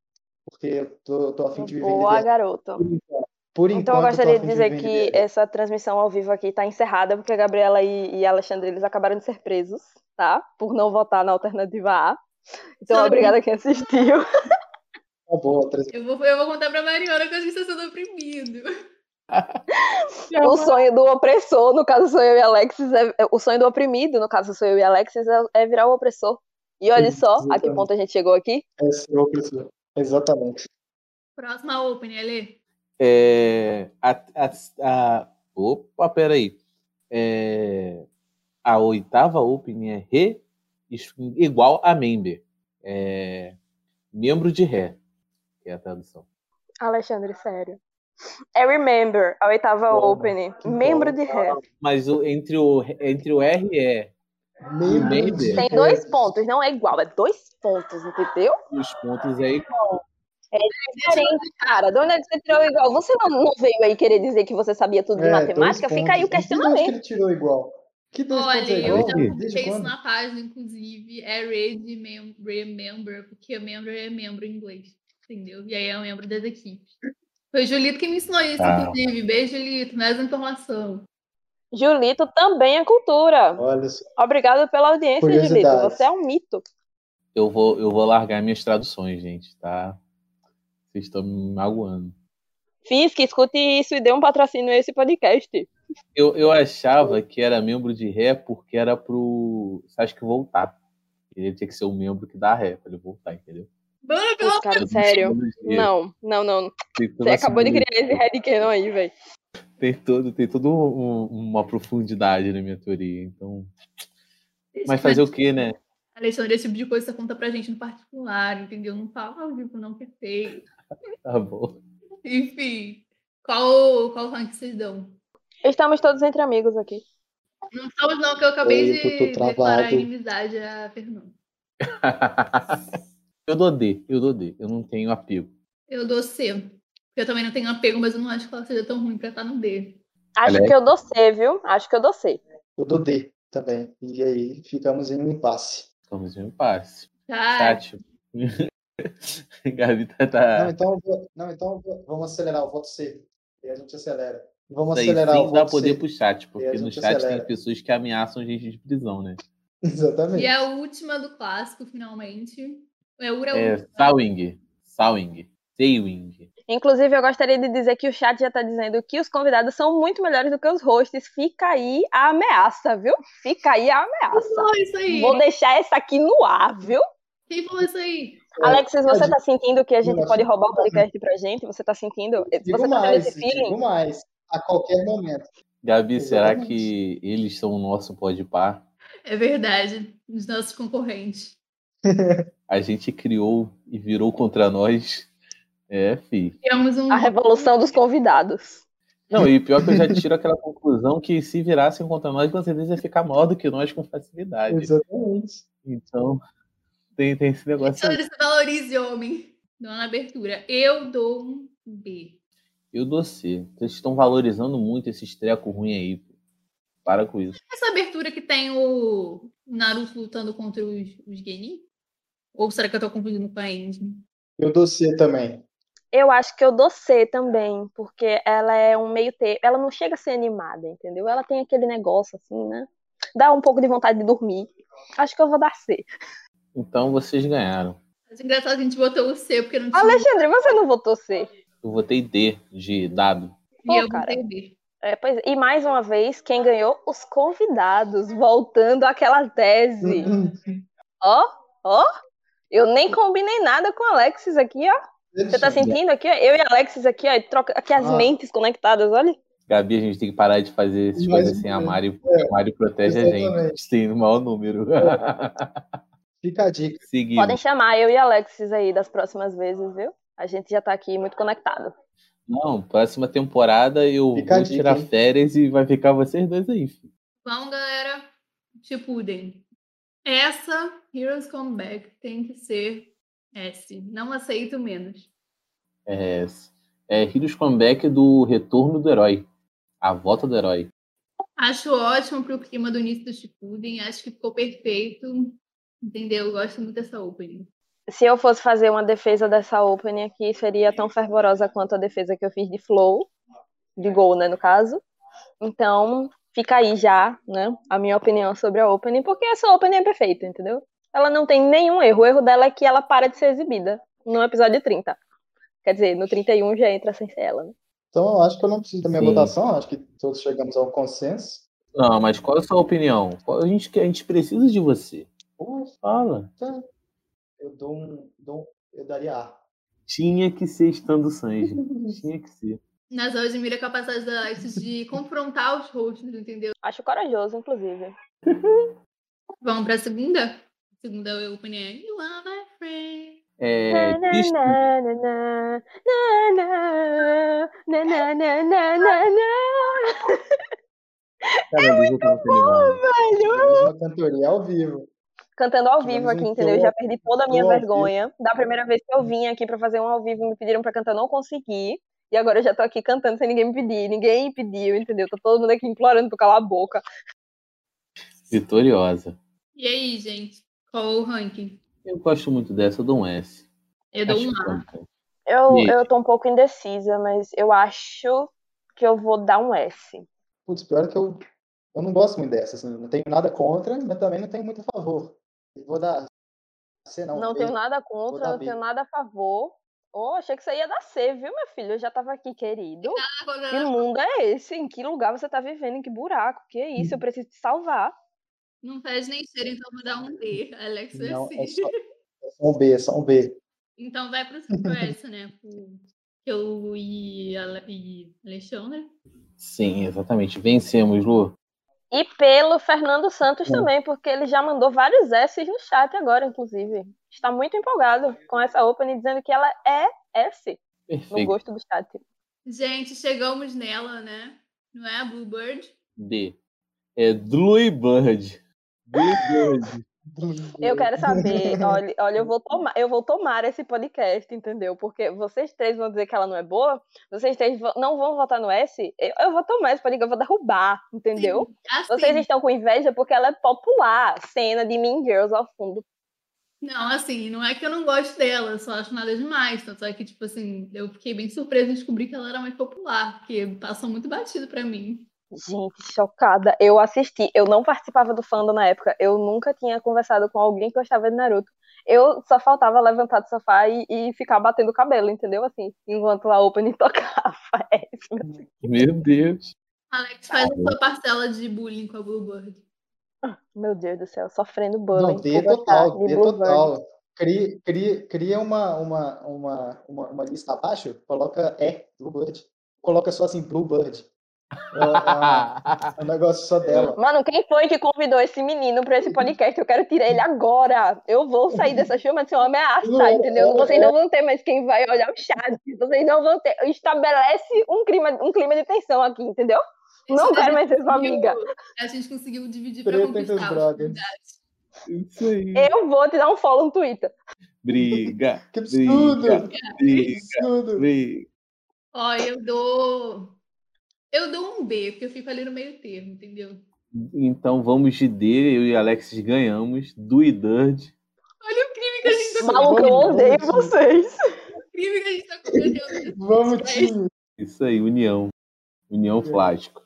[SPEAKER 5] porque eu tô, eu tô a fim de viver
[SPEAKER 4] Boa,
[SPEAKER 5] liberdade.
[SPEAKER 4] garoto. Então,
[SPEAKER 5] Por
[SPEAKER 4] eu
[SPEAKER 5] enquanto, tô a
[SPEAKER 4] gostaria
[SPEAKER 5] fim
[SPEAKER 4] de dizer
[SPEAKER 5] viver em
[SPEAKER 4] que
[SPEAKER 5] liberdade.
[SPEAKER 4] essa transmissão ao vivo aqui está encerrada, porque a Gabriela e, e a Alexandre eles acabaram de ser presos, tá? Por não votar na alternativa A. Então,
[SPEAKER 3] Sabe.
[SPEAKER 4] obrigada quem assistiu. é
[SPEAKER 5] Tá boa, três-
[SPEAKER 3] Eu vou, eu vou contar pra Mariana que a gente tá sendo oprimido.
[SPEAKER 4] O sonho do opressor, no caso sou eu e Alexis, é, é- o sonho do oprimido, no caso sou eu e Alexis, é, é virar o opressor. E olha só a que
[SPEAKER 5] Exatamente.
[SPEAKER 4] ponto a gente chegou aqui.
[SPEAKER 5] Esse é o professor. Exatamente.
[SPEAKER 3] Próxima Open, Ale.
[SPEAKER 6] É, a, a, a, opa, peraí. É, a oitava opening é Ré is- igual a member. É, membro de Ré, que é a tradução.
[SPEAKER 4] Alexandre, sério. I É remember, a oitava
[SPEAKER 6] Bom,
[SPEAKER 4] opening. Membro de ré.
[SPEAKER 6] Mas o- entre, o, entre o R e E,
[SPEAKER 5] Meio
[SPEAKER 6] Membro.
[SPEAKER 5] de-
[SPEAKER 4] Tem dois pontos, não é igual, é dois pontos, entendeu?
[SPEAKER 6] os pontos é igual.
[SPEAKER 4] Diferente, cara. De onde é que você tirou igual? Você não, não veio aí querer dizer que você sabia tudo de
[SPEAKER 5] É,
[SPEAKER 4] matemática?
[SPEAKER 5] dois
[SPEAKER 4] Fica aí o
[SPEAKER 5] pontos. Não sei de
[SPEAKER 4] questionamento.
[SPEAKER 5] onde que ele tirou igual. Que dois pontos é
[SPEAKER 3] Olha, eu
[SPEAKER 5] igual?
[SPEAKER 3] já
[SPEAKER 5] Desde
[SPEAKER 3] publiquei isso
[SPEAKER 5] quando?
[SPEAKER 3] na página, inclusive. É Red mem Remember, porque member é membro em inglês. Entendeu? E aí é um membro das equipes. Foi o Julito que me ensinou isso,
[SPEAKER 6] Ah.
[SPEAKER 3] inclusive. Beijo, Julito. Mais informação.
[SPEAKER 4] Julito também é cultura.
[SPEAKER 5] Olha só.
[SPEAKER 4] Obrigado pela audiência, Julito.
[SPEAKER 5] Curiosidades.
[SPEAKER 4] Você é um mito.
[SPEAKER 6] Eu vou, eu vou largar minhas traduções, gente, tá? Vocês estão me magoando.
[SPEAKER 4] Fiz que escute isso e dê um patrocínio a esse podcast.
[SPEAKER 6] Eu, eu achava que era membro de Ré porque era pro Sasuke voltar. Ele tinha que ser o membro que dá Ré pra ele voltar, entendeu?
[SPEAKER 3] Bora pela
[SPEAKER 4] Putz, cara, sério. Não, não, não. Você acabou de criar esse Red Cannon aí, velho.
[SPEAKER 6] Tem todo, tem todo um- uma profundidade na minha teoria, então... Mas fazer o quê, né?
[SPEAKER 3] Alexandre, esse tipo de coisa você conta pra gente no particular, entendeu? Não fala ao vivo, não perfeito.
[SPEAKER 6] Tá bom.
[SPEAKER 3] Enfim, qual, qual rank vocês dão?
[SPEAKER 4] Estamos todos entre amigos aqui.
[SPEAKER 3] Não estamos não, que eu acabei
[SPEAKER 5] Oi, eu tô
[SPEAKER 3] de declarar
[SPEAKER 5] travado.
[SPEAKER 3] inimizade a Fernando.
[SPEAKER 6] eu dou D, eu dou D. Eu não tenho apego.
[SPEAKER 3] Eu dou C. porque Eu também não tenho apego, mas eu não acho que ela seja tão ruim pra estar no D.
[SPEAKER 4] Acho
[SPEAKER 6] Alex?
[SPEAKER 4] que eu dou C, viu? Acho que eu dou C.
[SPEAKER 5] Eu dou D também. E aí ficamos em um impasse.
[SPEAKER 6] Estamos em passe.
[SPEAKER 3] Tá,
[SPEAKER 6] Tati. Gabi tá. tá...
[SPEAKER 5] Não, então, eu vou- não, então eu vou- vamos acelerar o voto C. E a gente acelera. Vamos
[SPEAKER 6] Daí,
[SPEAKER 5] acelerar o
[SPEAKER 6] sem dar
[SPEAKER 5] voto
[SPEAKER 6] poder
[SPEAKER 5] C.
[SPEAKER 6] pro chat,
[SPEAKER 5] E a
[SPEAKER 6] porque no
[SPEAKER 5] gente
[SPEAKER 6] chat
[SPEAKER 5] acelera.
[SPEAKER 6] tem pessoas que ameaçam gente de prisão, né?
[SPEAKER 4] tipo
[SPEAKER 5] Exatamente.
[SPEAKER 3] e é a última do clássico, finalmente. É Ura
[SPEAKER 6] É,
[SPEAKER 3] Ura.
[SPEAKER 6] Sawing. Sawing. Sawing.
[SPEAKER 4] Inclusive, eu gostaria de dizer que o chat já tá dizendo que os convidados são muito melhores do que os hosts. Fica aí a ameaça, viu? Fica aí a ameaça.
[SPEAKER 3] Nossa, isso aí.
[SPEAKER 4] Vou deixar essa aqui no ar, viu?
[SPEAKER 3] Quem falou isso aí?
[SPEAKER 5] É,
[SPEAKER 4] Alexis, você tá sentindo que a gente
[SPEAKER 5] Nossa.
[SPEAKER 4] pode roubar o podcast pra gente? Você tá sentindo?
[SPEAKER 5] digo
[SPEAKER 4] Você tá tendo
[SPEAKER 5] mais,
[SPEAKER 4] esse feeling?
[SPEAKER 5] digo mais. A qualquer momento.
[SPEAKER 6] Gabi, será
[SPEAKER 5] Exatamente.
[SPEAKER 6] que eles são o nosso pode par?
[SPEAKER 3] É verdade, os nossos concorrentes.
[SPEAKER 6] A gente criou e virou contra nós. É, fi.
[SPEAKER 3] Temos um.
[SPEAKER 4] A revolução dos convidados.
[SPEAKER 6] Não, e pior é que eu já tiro aquela conclusão que se virassem contra nós, com certeza ia ficar maior do que nós com facilidade.
[SPEAKER 5] Exatamente.
[SPEAKER 6] Então, tem, tem esse negócio aí.
[SPEAKER 3] Alexandre, Então, se valorize, homem. Não na abertura. Eu dou um B.
[SPEAKER 6] Eu dou C. Vocês estão valorizando muito esse treco ruim aí. pô. Para com isso.
[SPEAKER 3] Essa abertura que tem o o Naruto lutando contra os, os Genin? Ou será que eu tô confundindo com a Andy?
[SPEAKER 5] Eu dou C também.
[SPEAKER 4] Eu acho que eu dou C também, porque ela é um meio termo. Ela não chega a ser animada, entendeu? Ela tem aquele negócio assim, né? Dá um pouco de vontade de dormir. Acho que eu vou dar C.
[SPEAKER 6] Então vocês ganharam.
[SPEAKER 3] Mas é engraçado, a gente botou o C porque não tinha.
[SPEAKER 4] Alexandre, você não votou C.
[SPEAKER 6] Eu votei D de dado.
[SPEAKER 3] e eu
[SPEAKER 4] Pô, cara.
[SPEAKER 3] botei B.
[SPEAKER 4] É, pois é. E mais uma vez, quem ganhou? Os convidados, voltando àquela tese.
[SPEAKER 5] Uhum.
[SPEAKER 4] Ó, ó. Eu nem combinei nada com o tá Alexis aqui, ó. Você tá sentindo aqui, ó? Eu e Alexis aqui, ó, troca aqui as
[SPEAKER 5] Ah.
[SPEAKER 4] mentes conectadas, olha.
[SPEAKER 6] Gabi, a gente tem que parar de fazer essas
[SPEAKER 5] Mas-
[SPEAKER 6] coisas assim. A Mari, a Mari protege a gente.
[SPEAKER 5] exatamente.
[SPEAKER 6] Tem o maior número.
[SPEAKER 5] Fica a dica.
[SPEAKER 6] Seguimos.
[SPEAKER 4] Podem chamar eu e Alexis aí das próximas vezes, viu? A gente já tá aqui muito conectado.
[SPEAKER 6] Não, próxima temporada eu
[SPEAKER 5] Fica a
[SPEAKER 6] vou
[SPEAKER 5] dica,
[SPEAKER 6] tirar
[SPEAKER 5] hein?
[SPEAKER 6] férias e vai ficar vocês dois aí. filho.
[SPEAKER 3] Vamos, Então, galera. Chipuden. Essa Heroes Come Back tem que ser S. Não aceito menos.
[SPEAKER 6] É, é Heroes Comeback do Retorno do Herói. A volta do herói.
[SPEAKER 3] Acho ótimo pro clima do início do Chipuden. Acho que ficou perfeito. Entendeu? Eu gosto muito dessa opening.
[SPEAKER 4] Se eu fosse fazer uma defesa dessa opening aqui, seria tão fervorosa quanto a defesa que eu fiz de Flow, de Gol, né, no caso. Então, fica aí já, né, a minha opinião sobre a opening, porque essa opening é perfeita, entendeu? Ela não tem nenhum erro. O erro dela é que ela para de ser exibida no episódio 30. Quer dizer, no 31 já entra sem ser ela, né?
[SPEAKER 5] Então eu acho que eu não preciso da minha
[SPEAKER 6] Sim.
[SPEAKER 5] votação, acho que todos chegamos ao consenso.
[SPEAKER 6] Não, mas qual é a sua opinião? Qual- A gente, quer- a gente precisa de você.
[SPEAKER 5] Ufa,
[SPEAKER 6] Fala.
[SPEAKER 5] eu dou um. Dou um eu daria A.
[SPEAKER 6] Tinha que ser estando Sanji. Tinha que ser.
[SPEAKER 3] Mas eu admiro a capacidade da Alexis de confrontar os rostos, entendeu?
[SPEAKER 4] Acho corajoso, inclusive.
[SPEAKER 3] Vamos pra segunda? Segunda opening é You are my friend.
[SPEAKER 6] É, Christian, cara, Luiz, eu tava muito animado.
[SPEAKER 5] Temos uma cantoria ao vivo.
[SPEAKER 4] Cantando ao
[SPEAKER 5] Pelo
[SPEAKER 4] vivo
[SPEAKER 5] menos
[SPEAKER 4] aqui,
[SPEAKER 5] um
[SPEAKER 4] entendeu? Eu
[SPEAKER 5] show
[SPEAKER 4] já
[SPEAKER 5] ao
[SPEAKER 4] perdi toda a minha
[SPEAKER 5] show ao
[SPEAKER 4] vergonha. Da primeira vez que eu vim aqui pra fazer um ao vivo, me pediram pra cantar, eu não consegui. E agora eu já tô aqui cantando sem ninguém me pedir. Ninguém pediu, entendeu? Tá todo mundo aqui implorando pra eu calar a boca.
[SPEAKER 6] Vitoriosa.
[SPEAKER 3] E aí, gente? Qual o ranking?
[SPEAKER 6] Eu gosto muito dessa, eu dou um S.
[SPEAKER 3] Eu dou
[SPEAKER 6] Acho
[SPEAKER 3] um A.
[SPEAKER 6] bacana.
[SPEAKER 4] Eu,
[SPEAKER 6] Gente.
[SPEAKER 4] eu tô um pouco indecisa, mas eu acho que eu vou dar um S.
[SPEAKER 5] Putz, pior que eu. Eu não gosto muito dessa, assim, não tenho nada contra, mas também não tenho muito a favor. Eu vou dar. C não.
[SPEAKER 4] Não,
[SPEAKER 5] B.
[SPEAKER 4] tenho nada
[SPEAKER 5] Vou
[SPEAKER 4] contra,
[SPEAKER 5] dar
[SPEAKER 4] não
[SPEAKER 5] B.
[SPEAKER 4] tenho nada a favor. Oh, achei que você ia dar C, viu, meu filho? Eu já tava aqui, querido. Que
[SPEAKER 3] Agora,
[SPEAKER 4] mundo é esse? Em que lugar você tá vivendo? Em que buraco? Que é isso? Eu preciso te salvar.
[SPEAKER 3] não faz nem cheiro, então vou dar um D. Alex é
[SPEAKER 5] Não, é
[SPEAKER 3] C.
[SPEAKER 5] só, é só um B, é só um B.
[SPEAKER 3] Então vai pro Sucesso, né? Com- Eu e, Ale- e Alexandre.
[SPEAKER 6] Sim, exatamente. Vencemos, Lu.
[SPEAKER 4] E pelo Fernando Santos também, porque ele já mandou vários S's no chat agora, inclusive. Está muito empolgado com essa opening, dizendo que ela é S no
[SPEAKER 6] Perfeito.
[SPEAKER 4] gosto do chat.
[SPEAKER 3] Gente, chegamos nela, né? Não é a Bluebird?
[SPEAKER 6] D. É Blue Bird. Blue Bird.
[SPEAKER 4] Eu quero saber, olha, olha, eu vou tomar, eu vou tomar esse podcast, entendeu? Porque vocês três vão dizer que ela não é boa, vocês três vão- não vão votar no S, eu, eu vou tomar esse podcast, eu vou derrubar, entendeu?
[SPEAKER 3] Assim,
[SPEAKER 4] Vocês estão com inveja porque ela é popular, cena de Mean Girls ao fundo.
[SPEAKER 3] Não, assim, não é que eu não gosto dela, eu só acho nada demais. Tanto é que, tipo assim, eu fiquei bem surpresa em descobrir que ela era mais popular, porque passou muito batido pra mim.
[SPEAKER 4] Gente, chocada. Eu assisti, eu não participava do fandom na época, eu nunca tinha conversado com alguém que gostava de Naruto. Eu só faltava levantar do sofá e, e ficar batendo o cabelo, entendeu? Assim, enquanto a Opening tocava. É isso mesmo.
[SPEAKER 6] Meu Deus.
[SPEAKER 3] Alex, faz a sua parcela de bullying com a Bluebird.
[SPEAKER 4] Meu Deus do céu, sofrendo bullying.
[SPEAKER 5] Não, D
[SPEAKER 4] por gostar
[SPEAKER 5] total,
[SPEAKER 4] de
[SPEAKER 5] D
[SPEAKER 4] Bluebird.
[SPEAKER 5] total. Cria, cria, cria uma, uma, uma, uma, uma lista abaixo, coloca E, Bluebird. Coloca só assim, Bluebird. É, é uma-
[SPEAKER 6] Ah,
[SPEAKER 5] é um negócio só dela.
[SPEAKER 4] Mano, quem foi que convidou esse menino pra esse podcast? Eu quero tirar ele agora. Eu vou sair dessa chama de ser uma ameaça, entendeu? Vocês não é. vão ter mais quem vai olhar o chat. Vocês não vão ter. Estabelece um clima, um clima de tensão aqui, entendeu? Não quero mais ser sua amiga.
[SPEAKER 3] A gente conseguiu dividir pra
[SPEAKER 5] Treta entre os
[SPEAKER 3] conquistar.
[SPEAKER 5] brothers.
[SPEAKER 6] Isso aí.
[SPEAKER 4] Eu vou te dar um follow no Twitter.
[SPEAKER 6] Briga.
[SPEAKER 5] Que absurdo!
[SPEAKER 6] Briga.
[SPEAKER 5] Que
[SPEAKER 6] Briga.
[SPEAKER 5] absurdo!
[SPEAKER 6] briga.
[SPEAKER 3] Ó, eu dou. Eu dou um B, porque eu fico ali no meio termo, entendeu?
[SPEAKER 6] Então vamos de D. Eu e Alexis ganhamos. Do e Dird.
[SPEAKER 3] Olha o crime que a gente tá,
[SPEAKER 4] Maluco, eu odeio vocês.
[SPEAKER 3] o crime que a gente tá cometendo.
[SPEAKER 5] Vamos, time!
[SPEAKER 6] Isso aí, União. União Flástico.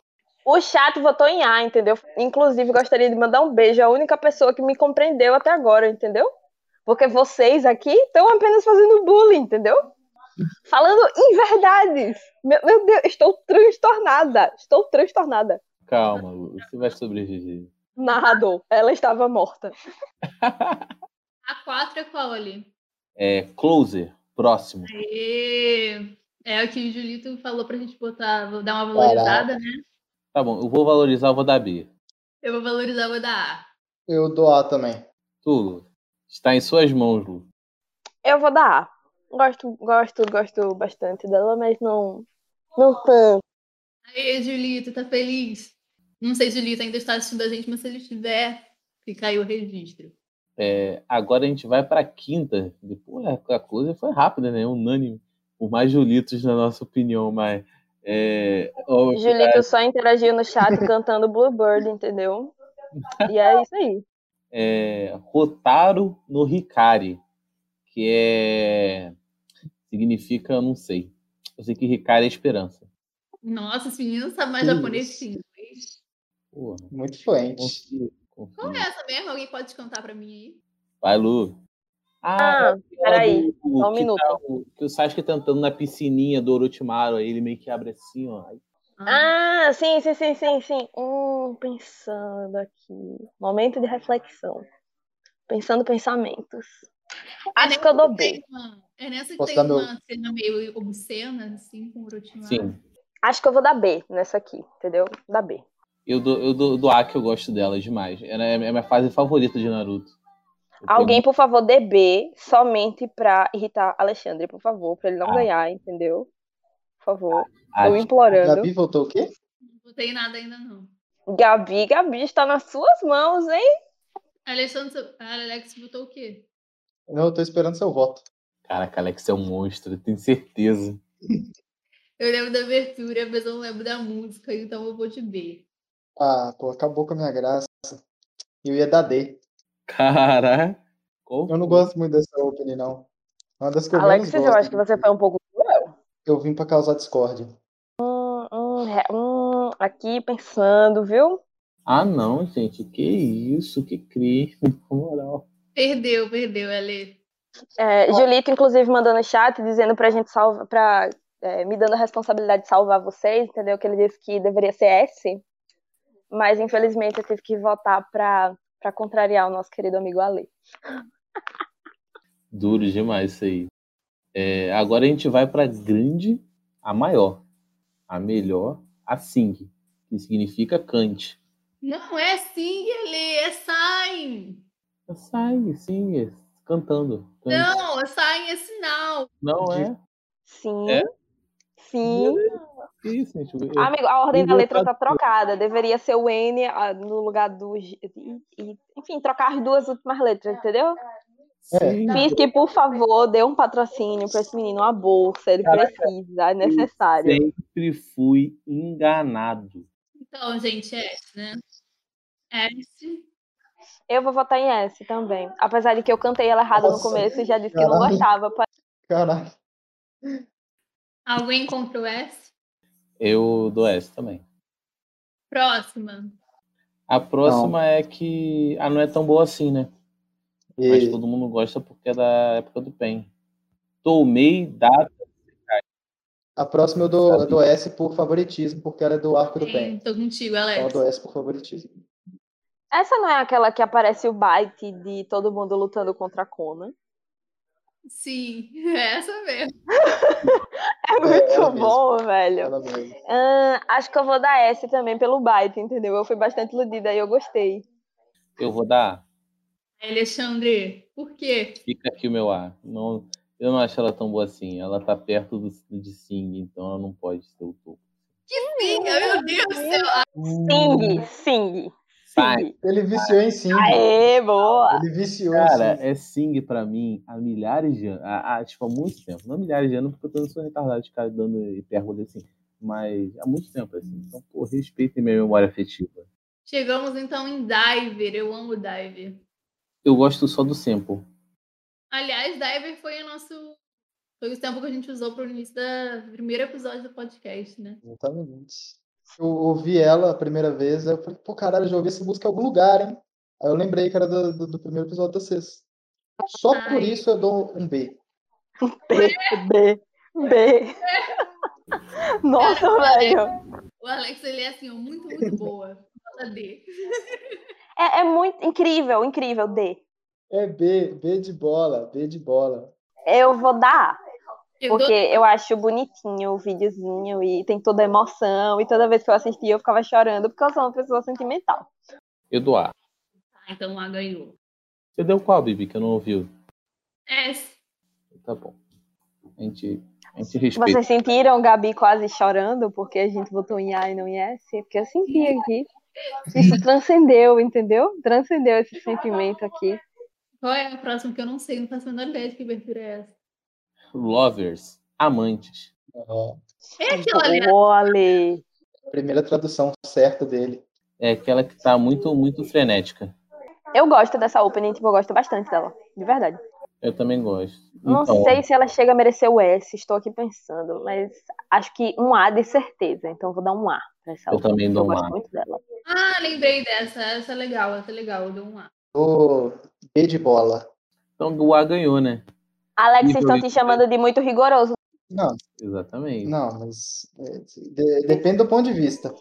[SPEAKER 4] O chat votou em A, entendeu? Inclusive, gostaria de mandar um beijo à única pessoa que me compreendeu até agora, entendeu? Porque vocês aqui estão apenas fazendo bullying, entendeu? Falando inverdades. Meu, meu Deus, estou transtornada. Estou transtornada.
[SPEAKER 6] Calma, Lu, você vai sobreviver.
[SPEAKER 4] Narrador, ela estava morta.
[SPEAKER 3] A 4 é qual ali?
[SPEAKER 6] É, closer. Próximo.
[SPEAKER 3] E... É o que o Julito falou pra gente botar, vou dar uma valorizada, né?
[SPEAKER 6] Tá bom, eu vou valorizar, eu vou dar B.
[SPEAKER 3] Eu vou valorizar, vou dar A.
[SPEAKER 5] Eu dou A também.
[SPEAKER 6] Tulo, está em suas mãos, Lu.
[SPEAKER 4] Eu vou dar A. Gosto, gosto, gosto bastante dela, mas não. Não tanto.
[SPEAKER 3] Aê, Julito, tá feliz? Não sei se o Julito ainda está assistindo a gente, mas se ele estiver, fica aí o registro.
[SPEAKER 6] É, agora a gente vai para quinta. Depois a coisa foi rápida, né? Unânime. Por mais Julitos, na nossa opinião, mas. É, ó,
[SPEAKER 4] Julito só interagiu no chat cantando Bluebird, entendeu? E é isso aí.
[SPEAKER 6] é, Rotaro no Ricari, que é significa, eu não sei. Eu sei que Ricari é esperança.
[SPEAKER 3] Nossa, esse menino sabe mais
[SPEAKER 5] Que
[SPEAKER 3] japonês que inglês.
[SPEAKER 6] Porra,
[SPEAKER 5] Muito fluente.
[SPEAKER 6] confio,
[SPEAKER 3] Qual é
[SPEAKER 6] confio.
[SPEAKER 3] essa mesmo? Alguém pode cantar pra mim aí?
[SPEAKER 6] Vai, Lu. é
[SPEAKER 4] Ah, peraí, só um
[SPEAKER 6] que
[SPEAKER 4] minuto.
[SPEAKER 6] tá o, que o Sasuke tentando na piscininha do Orochimaru, aí ele meio que abre assim, ó. Aí,
[SPEAKER 4] Ah, sim, sim, sim, sim, sim. Hum, pensando aqui. Momento de reflexão. Pensando pensamentos.
[SPEAKER 3] Ah,
[SPEAKER 4] Acho que eu dou B.
[SPEAKER 3] É nessa que
[SPEAKER 5] Posso
[SPEAKER 3] tem
[SPEAKER 5] dar meu-
[SPEAKER 3] uma cena meio obscena, assim, com o Orochimaru.
[SPEAKER 6] sim,
[SPEAKER 4] Acho que eu vou dar B nessa aqui, entendeu? Dá B.
[SPEAKER 6] eu dou, eu dou, dou A que eu gosto dela demais. Ela é é a minha fase favorita de Naruto. Eu tenho
[SPEAKER 4] Alguém, por favor, dê B somente pra irritar Alexandre, por favor, pra ele não
[SPEAKER 6] Ah.
[SPEAKER 4] ganhar, entendeu? Por favor.
[SPEAKER 6] A
[SPEAKER 4] Tô implorando.
[SPEAKER 5] Ah, Gabi voltou o quê?
[SPEAKER 3] Não botei nada ainda, não.
[SPEAKER 4] Gabi, Gabi, está nas suas mãos, hein?
[SPEAKER 3] Alexandre, você- ah, Alex botou o quê?
[SPEAKER 5] Não, eu tô esperando seu voto.
[SPEAKER 6] Caraca, Alex é um monstro, eu tenho certeza.
[SPEAKER 3] Eu lembro da abertura, mas eu não lembro da música, então eu vou de B.
[SPEAKER 5] Ah, pô, acabou com a minha graça. Eu ia dar D.
[SPEAKER 6] Caraca. qual
[SPEAKER 5] Eu não
[SPEAKER 6] foi?
[SPEAKER 5] gosto muito dessa opening, não. É Uma das que eu menos
[SPEAKER 4] Alexis, eu
[SPEAKER 5] gosto.
[SPEAKER 4] acho que você foi um pouco cruel.
[SPEAKER 5] Eu vim pra causar discórdia.
[SPEAKER 4] Hum, hum, re- hum, aqui pensando, viu?
[SPEAKER 6] Ah, não, gente. Que isso, que crime. Na moral.
[SPEAKER 3] Perdeu, perdeu, Ale.
[SPEAKER 4] É, Julito, inclusive, mandou no chat dizendo pra gente salvar, pra, é, me dando a responsabilidade de salvar vocês, entendeu? Que ele disse que deveria ser S, mas infelizmente eu tive que votar pra, pra contrariar o nosso querido amigo Ale.
[SPEAKER 6] Duro demais isso aí. É, agora a gente vai pra grande, a maior. A melhor, a Sing. Que significa cante.
[SPEAKER 3] Não é Sing, Ale, é Sign.
[SPEAKER 6] Sai, Sing. é, Cantando. Cante.
[SPEAKER 3] Não, Sign é sinal.
[SPEAKER 6] Não, é?
[SPEAKER 4] Sim,
[SPEAKER 6] É?
[SPEAKER 4] sim.
[SPEAKER 6] Que isso, gente? Eu-
[SPEAKER 4] Amigo, a ordem da
[SPEAKER 6] Eu-
[SPEAKER 4] letra tá trocada. Deveria ser o N ah, no lugar do. G- e- e- Enfim, trocar as duas últimas letras, entendeu?
[SPEAKER 5] É,
[SPEAKER 6] Sing.
[SPEAKER 4] Fisk, por favor, dê um patrocínio pra esse menino, uma bolsa, ele
[SPEAKER 6] Caraca.
[SPEAKER 4] precisa, é necessário.
[SPEAKER 6] Sempre fui enganado.
[SPEAKER 3] Então, gente, é S, né? S.
[SPEAKER 4] Eu vou votar em S também. Apesar de que eu cantei ela errada no
[SPEAKER 5] Nossa,
[SPEAKER 4] começo e já disse que não
[SPEAKER 5] caralho.
[SPEAKER 4] gostava. pa-
[SPEAKER 5] Caralho.
[SPEAKER 3] Alguém contra o S?
[SPEAKER 6] Eu dou essa também.
[SPEAKER 3] Próxima.
[SPEAKER 6] A próxima é que. Ah, não é tão boa assim, né?
[SPEAKER 5] E-
[SPEAKER 6] Mas todo mundo gosta porque é da época do PEN. Tomei data.
[SPEAKER 5] A próxima eu dou, eu dou S por favoritismo, porque era do arco do bem.
[SPEAKER 3] Sim, tô contigo,
[SPEAKER 5] Então eu
[SPEAKER 3] Alex.
[SPEAKER 5] dou S por favoritismo.
[SPEAKER 4] Essa não é aquela que aparece o bite de todo mundo lutando contra a Conan.
[SPEAKER 3] Sim, é essa mesmo.
[SPEAKER 4] É
[SPEAKER 5] ela
[SPEAKER 4] muito
[SPEAKER 5] mesmo.
[SPEAKER 4] bom, velho.
[SPEAKER 5] Ela mesmo.
[SPEAKER 4] Ah, acho que eu vou dar S também pelo bite, entendeu? Eu fui bastante iludida e eu gostei.
[SPEAKER 6] Eu vou dar.
[SPEAKER 3] Alexandre, por quê?
[SPEAKER 6] Fica aqui o meu A. Não, eu não acho ela tão boa assim. Ela tá perto do, de Sing, então ela não pode ser o topo.
[SPEAKER 3] Sim, meu Deus do céu.
[SPEAKER 4] Sing, sing,
[SPEAKER 6] Vai.
[SPEAKER 4] sing.
[SPEAKER 5] Ele viciou em Sing.
[SPEAKER 4] Aê, boa!
[SPEAKER 5] Ele viciou
[SPEAKER 6] Cara,
[SPEAKER 5] em Sing.
[SPEAKER 6] é Sing pra mim há milhares de anos. Há, há, tipo, há muito tempo. Não há milhares de anos, porque eu tô- eu sou retardado de ficar dando hipérbole assim. Mas há muito tempo, assim. Então, pô, respeitem minha memória afetiva.
[SPEAKER 3] Chegamos então em Diver. Eu amo Diver.
[SPEAKER 6] Eu gosto só do sample.
[SPEAKER 3] Aliás, Diver foi o nosso. Foi o tempo que a gente usou para o início da- do primeiro episódio do podcast, né?
[SPEAKER 5] Exatamente. Eu ouvi ela a primeira vez, aí eu falei, pô, caralho, eu já ouvi essa música em algum lugar, hein? Aí eu lembrei que era do, do- do primeiro episódio da sexta. Só por
[SPEAKER 3] Ai.
[SPEAKER 5] isso eu dou um B.
[SPEAKER 4] B, B, B. Nossa, velho.
[SPEAKER 3] O Alex, ele é assim, ó, muito, muito boa. Nota D.
[SPEAKER 4] É, é muito incrível, incrível, D.
[SPEAKER 5] É B, B de bola, B de bola.
[SPEAKER 4] Eu vou dar A.
[SPEAKER 3] Eu dou-
[SPEAKER 4] Porque eu acho bonitinho o videozinho e tem toda a emoção. E toda vez que eu assistia, eu ficava chorando, porque eu sou uma pessoa sentimental.
[SPEAKER 6] Eduardo.
[SPEAKER 3] Ah, então lá ganhou.
[SPEAKER 6] Você deu qual, Bibi, que eu não ouviu?
[SPEAKER 3] É,
[SPEAKER 6] Tá bom. A gente, a gente respeita.
[SPEAKER 4] Vocês sentiram Gabi quase chorando porque a gente botou em A e não em S? Porque eu senti aqui. Isso transcendeu, entendeu? Transcendeu esse sentimento aqui.
[SPEAKER 3] qual é a próxima que eu não sei? Não faço a menor ideia de que abertura é essa.
[SPEAKER 6] Lovers, amantes.
[SPEAKER 5] Ó,
[SPEAKER 3] É aquela ali, né?
[SPEAKER 4] Ô, Ale.
[SPEAKER 5] primeira tradução certa dele.
[SPEAKER 6] É aquela que tá muito, muito frenética.
[SPEAKER 4] Eu gosto dessa opening, tipo, eu gosto bastante dela. De verdade.
[SPEAKER 6] Eu também gosto.
[SPEAKER 4] Não
[SPEAKER 6] Então,
[SPEAKER 4] sei se ela chega a merecer o S, estou aqui pensando, mas acho que um A de certeza. Então vou dar um A pra essa
[SPEAKER 6] Eu
[SPEAKER 4] opening.
[SPEAKER 6] também dou
[SPEAKER 4] Eu
[SPEAKER 6] um
[SPEAKER 4] gosto
[SPEAKER 6] A.
[SPEAKER 4] muito dela.
[SPEAKER 3] Ah, lembrei dessa. Essa é legal, essa é legal. Eu dou um A.
[SPEAKER 5] Ô, B de bola.
[SPEAKER 6] Então o A ganhou, né?
[SPEAKER 4] Alex, vocês
[SPEAKER 6] Nível
[SPEAKER 4] estão te
[SPEAKER 6] oito.
[SPEAKER 5] né?
[SPEAKER 4] chamando de muito rigoroso.
[SPEAKER 5] Não,
[SPEAKER 6] Exatamente.
[SPEAKER 5] não, mas é, de- depende do ponto de vista.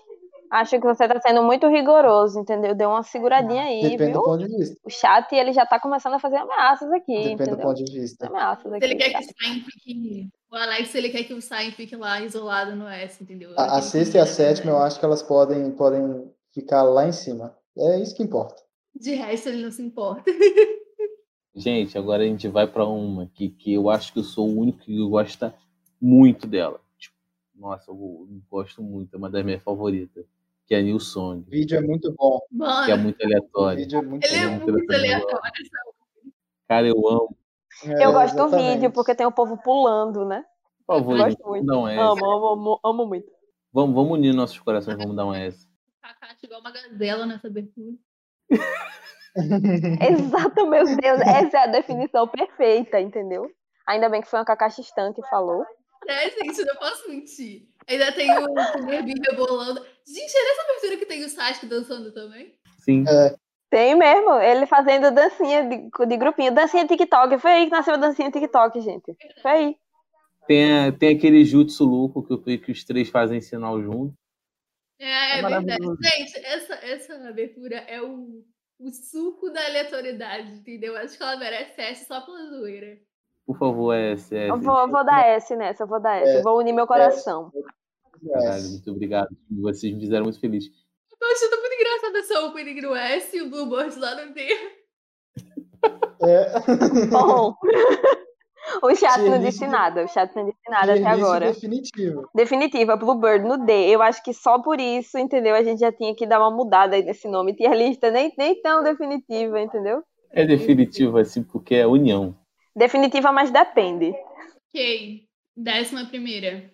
[SPEAKER 4] Acho que você tá sendo muito rigoroso, entendeu? Deu uma seguradinha aí,
[SPEAKER 5] Depende do
[SPEAKER 4] viu?
[SPEAKER 5] ponto de vista.
[SPEAKER 4] O chat, ele já tá começando a fazer ameaças aqui,
[SPEAKER 5] Depende do
[SPEAKER 4] entendeu?
[SPEAKER 5] ponto de vista.
[SPEAKER 4] Ameaças
[SPEAKER 3] Se ele
[SPEAKER 4] aqui. tá?
[SPEAKER 3] quer que
[SPEAKER 4] chat.
[SPEAKER 3] o Sain fique. O Alex, se ele quer que o Sain fique lá isolado no S, entendeu?
[SPEAKER 5] A, a
[SPEAKER 3] Ele- é
[SPEAKER 5] sexta e a sétima, eu acho que elas podem, podem ficar lá em cima. É isso que importa.
[SPEAKER 3] De resto, ele não se importa.
[SPEAKER 6] Gente, agora a gente vai pra uma que, que eu acho que eu sou o único que gosta muito dela. Tipo, nossa, eu gosto muito, é uma das minhas favoritas. Que é a New Song,
[SPEAKER 5] O vídeo é muito bom.
[SPEAKER 6] que é
[SPEAKER 3] Mano,
[SPEAKER 6] muito
[SPEAKER 5] O
[SPEAKER 6] aleatória.
[SPEAKER 5] vídeo é muito
[SPEAKER 3] ele é
[SPEAKER 5] bom.
[SPEAKER 3] muito aleatório.
[SPEAKER 6] Cara, eu amo.
[SPEAKER 5] É,
[SPEAKER 4] Eu gosto do
[SPEAKER 5] exatamente.
[SPEAKER 4] vídeo, porque tem o povo pulando, né?
[SPEAKER 6] Por favor,
[SPEAKER 4] Gosto
[SPEAKER 6] gente,
[SPEAKER 4] muito.
[SPEAKER 6] vamos dar um
[SPEAKER 5] É,
[SPEAKER 6] S.
[SPEAKER 4] Amo, amo, amo, amo muito.
[SPEAKER 6] Vamos, vamos unir nossos corações, vamos dar um S.
[SPEAKER 3] Cacate igual uma gazela nessa abertura.
[SPEAKER 4] Exato, meu Deus. Essa é a definição perfeita, entendeu? Ainda bem que foi uma Cacaxistã que falou.
[SPEAKER 3] É, gente, eu não posso mentir. Ainda tem o Kirby rebolando. Gente, é nessa abertura que tem o Sasuke dançando também?
[SPEAKER 6] Sim.
[SPEAKER 4] Tem mesmo, ele fazendo dancinha de, de grupinho, dancinha TikTok. Foi aí que nasceu a dancinha TikTok, gente. Foi aí. É.
[SPEAKER 6] Tem, a- tem aquele jutsu louco que, o- que os três fazem sinal junto.
[SPEAKER 3] É, é,
[SPEAKER 6] É
[SPEAKER 3] verdade.
[SPEAKER 6] maravilhoso.
[SPEAKER 3] Gente, essa, essa abertura é o, o suco da aleatoriedade, entendeu? Acho que ela merece S só pela zoeira.
[SPEAKER 6] Por favor, S, S.
[SPEAKER 4] Eu vou, vou dar S nessa, eu vou dar S.
[SPEAKER 5] É,
[SPEAKER 4] Eu vou unir meu coração.
[SPEAKER 6] Caralho, muito obrigado. Vocês me fizeram muito feliz.
[SPEAKER 3] Então, Eu achei tão muito engraçada essa opening no S e o Bluebird lá no D.
[SPEAKER 5] É,
[SPEAKER 4] Bom. O chat não
[SPEAKER 5] Tier
[SPEAKER 4] disse
[SPEAKER 5] list-
[SPEAKER 4] nada, o chat não disse nada até
[SPEAKER 5] tier list
[SPEAKER 4] agora.
[SPEAKER 5] definitivo.
[SPEAKER 4] Definitiva, Bluebird no D. Eu acho que só por isso, entendeu? A gente já tinha que dar uma mudada aí nesse nome. Tier lista nem, nem tão definitiva, entendeu?
[SPEAKER 6] É definitivo, assim, porque é união.
[SPEAKER 4] Definitiva, mas depende.
[SPEAKER 3] Ok. Décima primeira.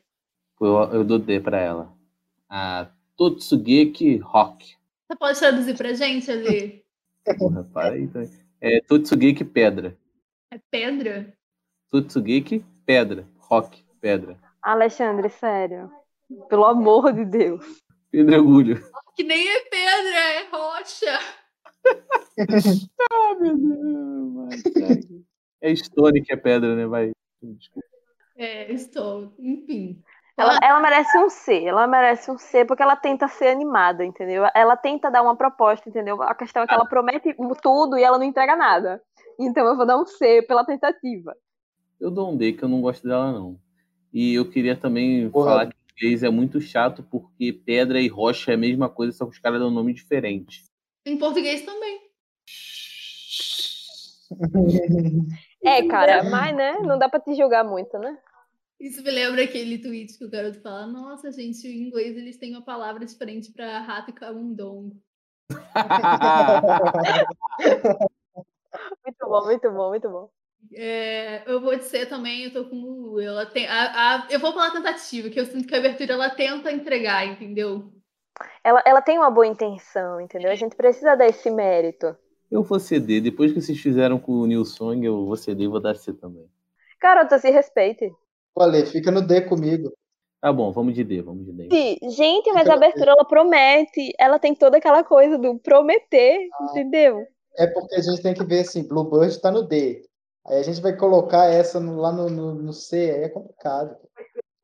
[SPEAKER 6] Eu, eu dou D pra ela. A Totsugeki Rock.
[SPEAKER 3] Você pode traduzir pra gente ali?
[SPEAKER 6] Porra, para aí também. É Totsugeki Pedra.
[SPEAKER 3] É pedra?
[SPEAKER 6] Totsugeki Pedra. Rock Pedra.
[SPEAKER 4] Alexandre, sério. Pelo amor de Deus.
[SPEAKER 6] Pedregulho.
[SPEAKER 3] Que nem é pedra, é rocha.
[SPEAKER 6] Ah, meu Deus. vai, cara. É Stone que é pedra, né? Vai. Desculpa.
[SPEAKER 3] É, estou. Enfim.
[SPEAKER 4] Ela, ela merece um C, ela merece um C porque ela tenta ser animada, entendeu? Ela tenta dar uma proposta, entendeu? A questão é que ela promete tudo e ela não entrega nada. Então eu vou dar um C pela tentativa.
[SPEAKER 6] Eu dou um D, que eu não gosto dela, não. E eu queria também
[SPEAKER 5] Porra.
[SPEAKER 6] falar que inglês é muito chato, porque pedra e rocha é a mesma coisa, só que os caras dão um nome diferente.
[SPEAKER 3] Em português também.
[SPEAKER 4] É, cara, mas né, não dá pra te julgar muito, né?
[SPEAKER 3] Isso me lembra aquele tweet que o garoto fala: Nossa, gente, em inglês eles têm uma palavra diferente pra rato e camundongo.
[SPEAKER 4] Muito bom, muito bom, muito bom.
[SPEAKER 3] É, eu vou dizer também, eu tô com o Lulu, ela tem, a, a- eu vou pela tentativa, que eu sinto que a abertura ela tenta entregar, entendeu?
[SPEAKER 4] Ela, ela tem uma boa intenção, entendeu? A gente precisa dar esse mérito.
[SPEAKER 6] eu vou ceder. Depois que vocês fizeram com o New Song, eu vou ceder e vou dar C também.
[SPEAKER 4] Garota, se respeite.
[SPEAKER 5] Valeu, fica no D comigo.
[SPEAKER 6] Tá bom, vamos de D, vamos de D.
[SPEAKER 4] Sim, gente, mas a abertura ela promete. Ela tem toda aquela coisa do prometer, entendeu?
[SPEAKER 5] É porque a gente tem que ver assim, Bluebird tá no D. Aí a gente vai colocar essa no- lá no, no, no C, aí é complicado.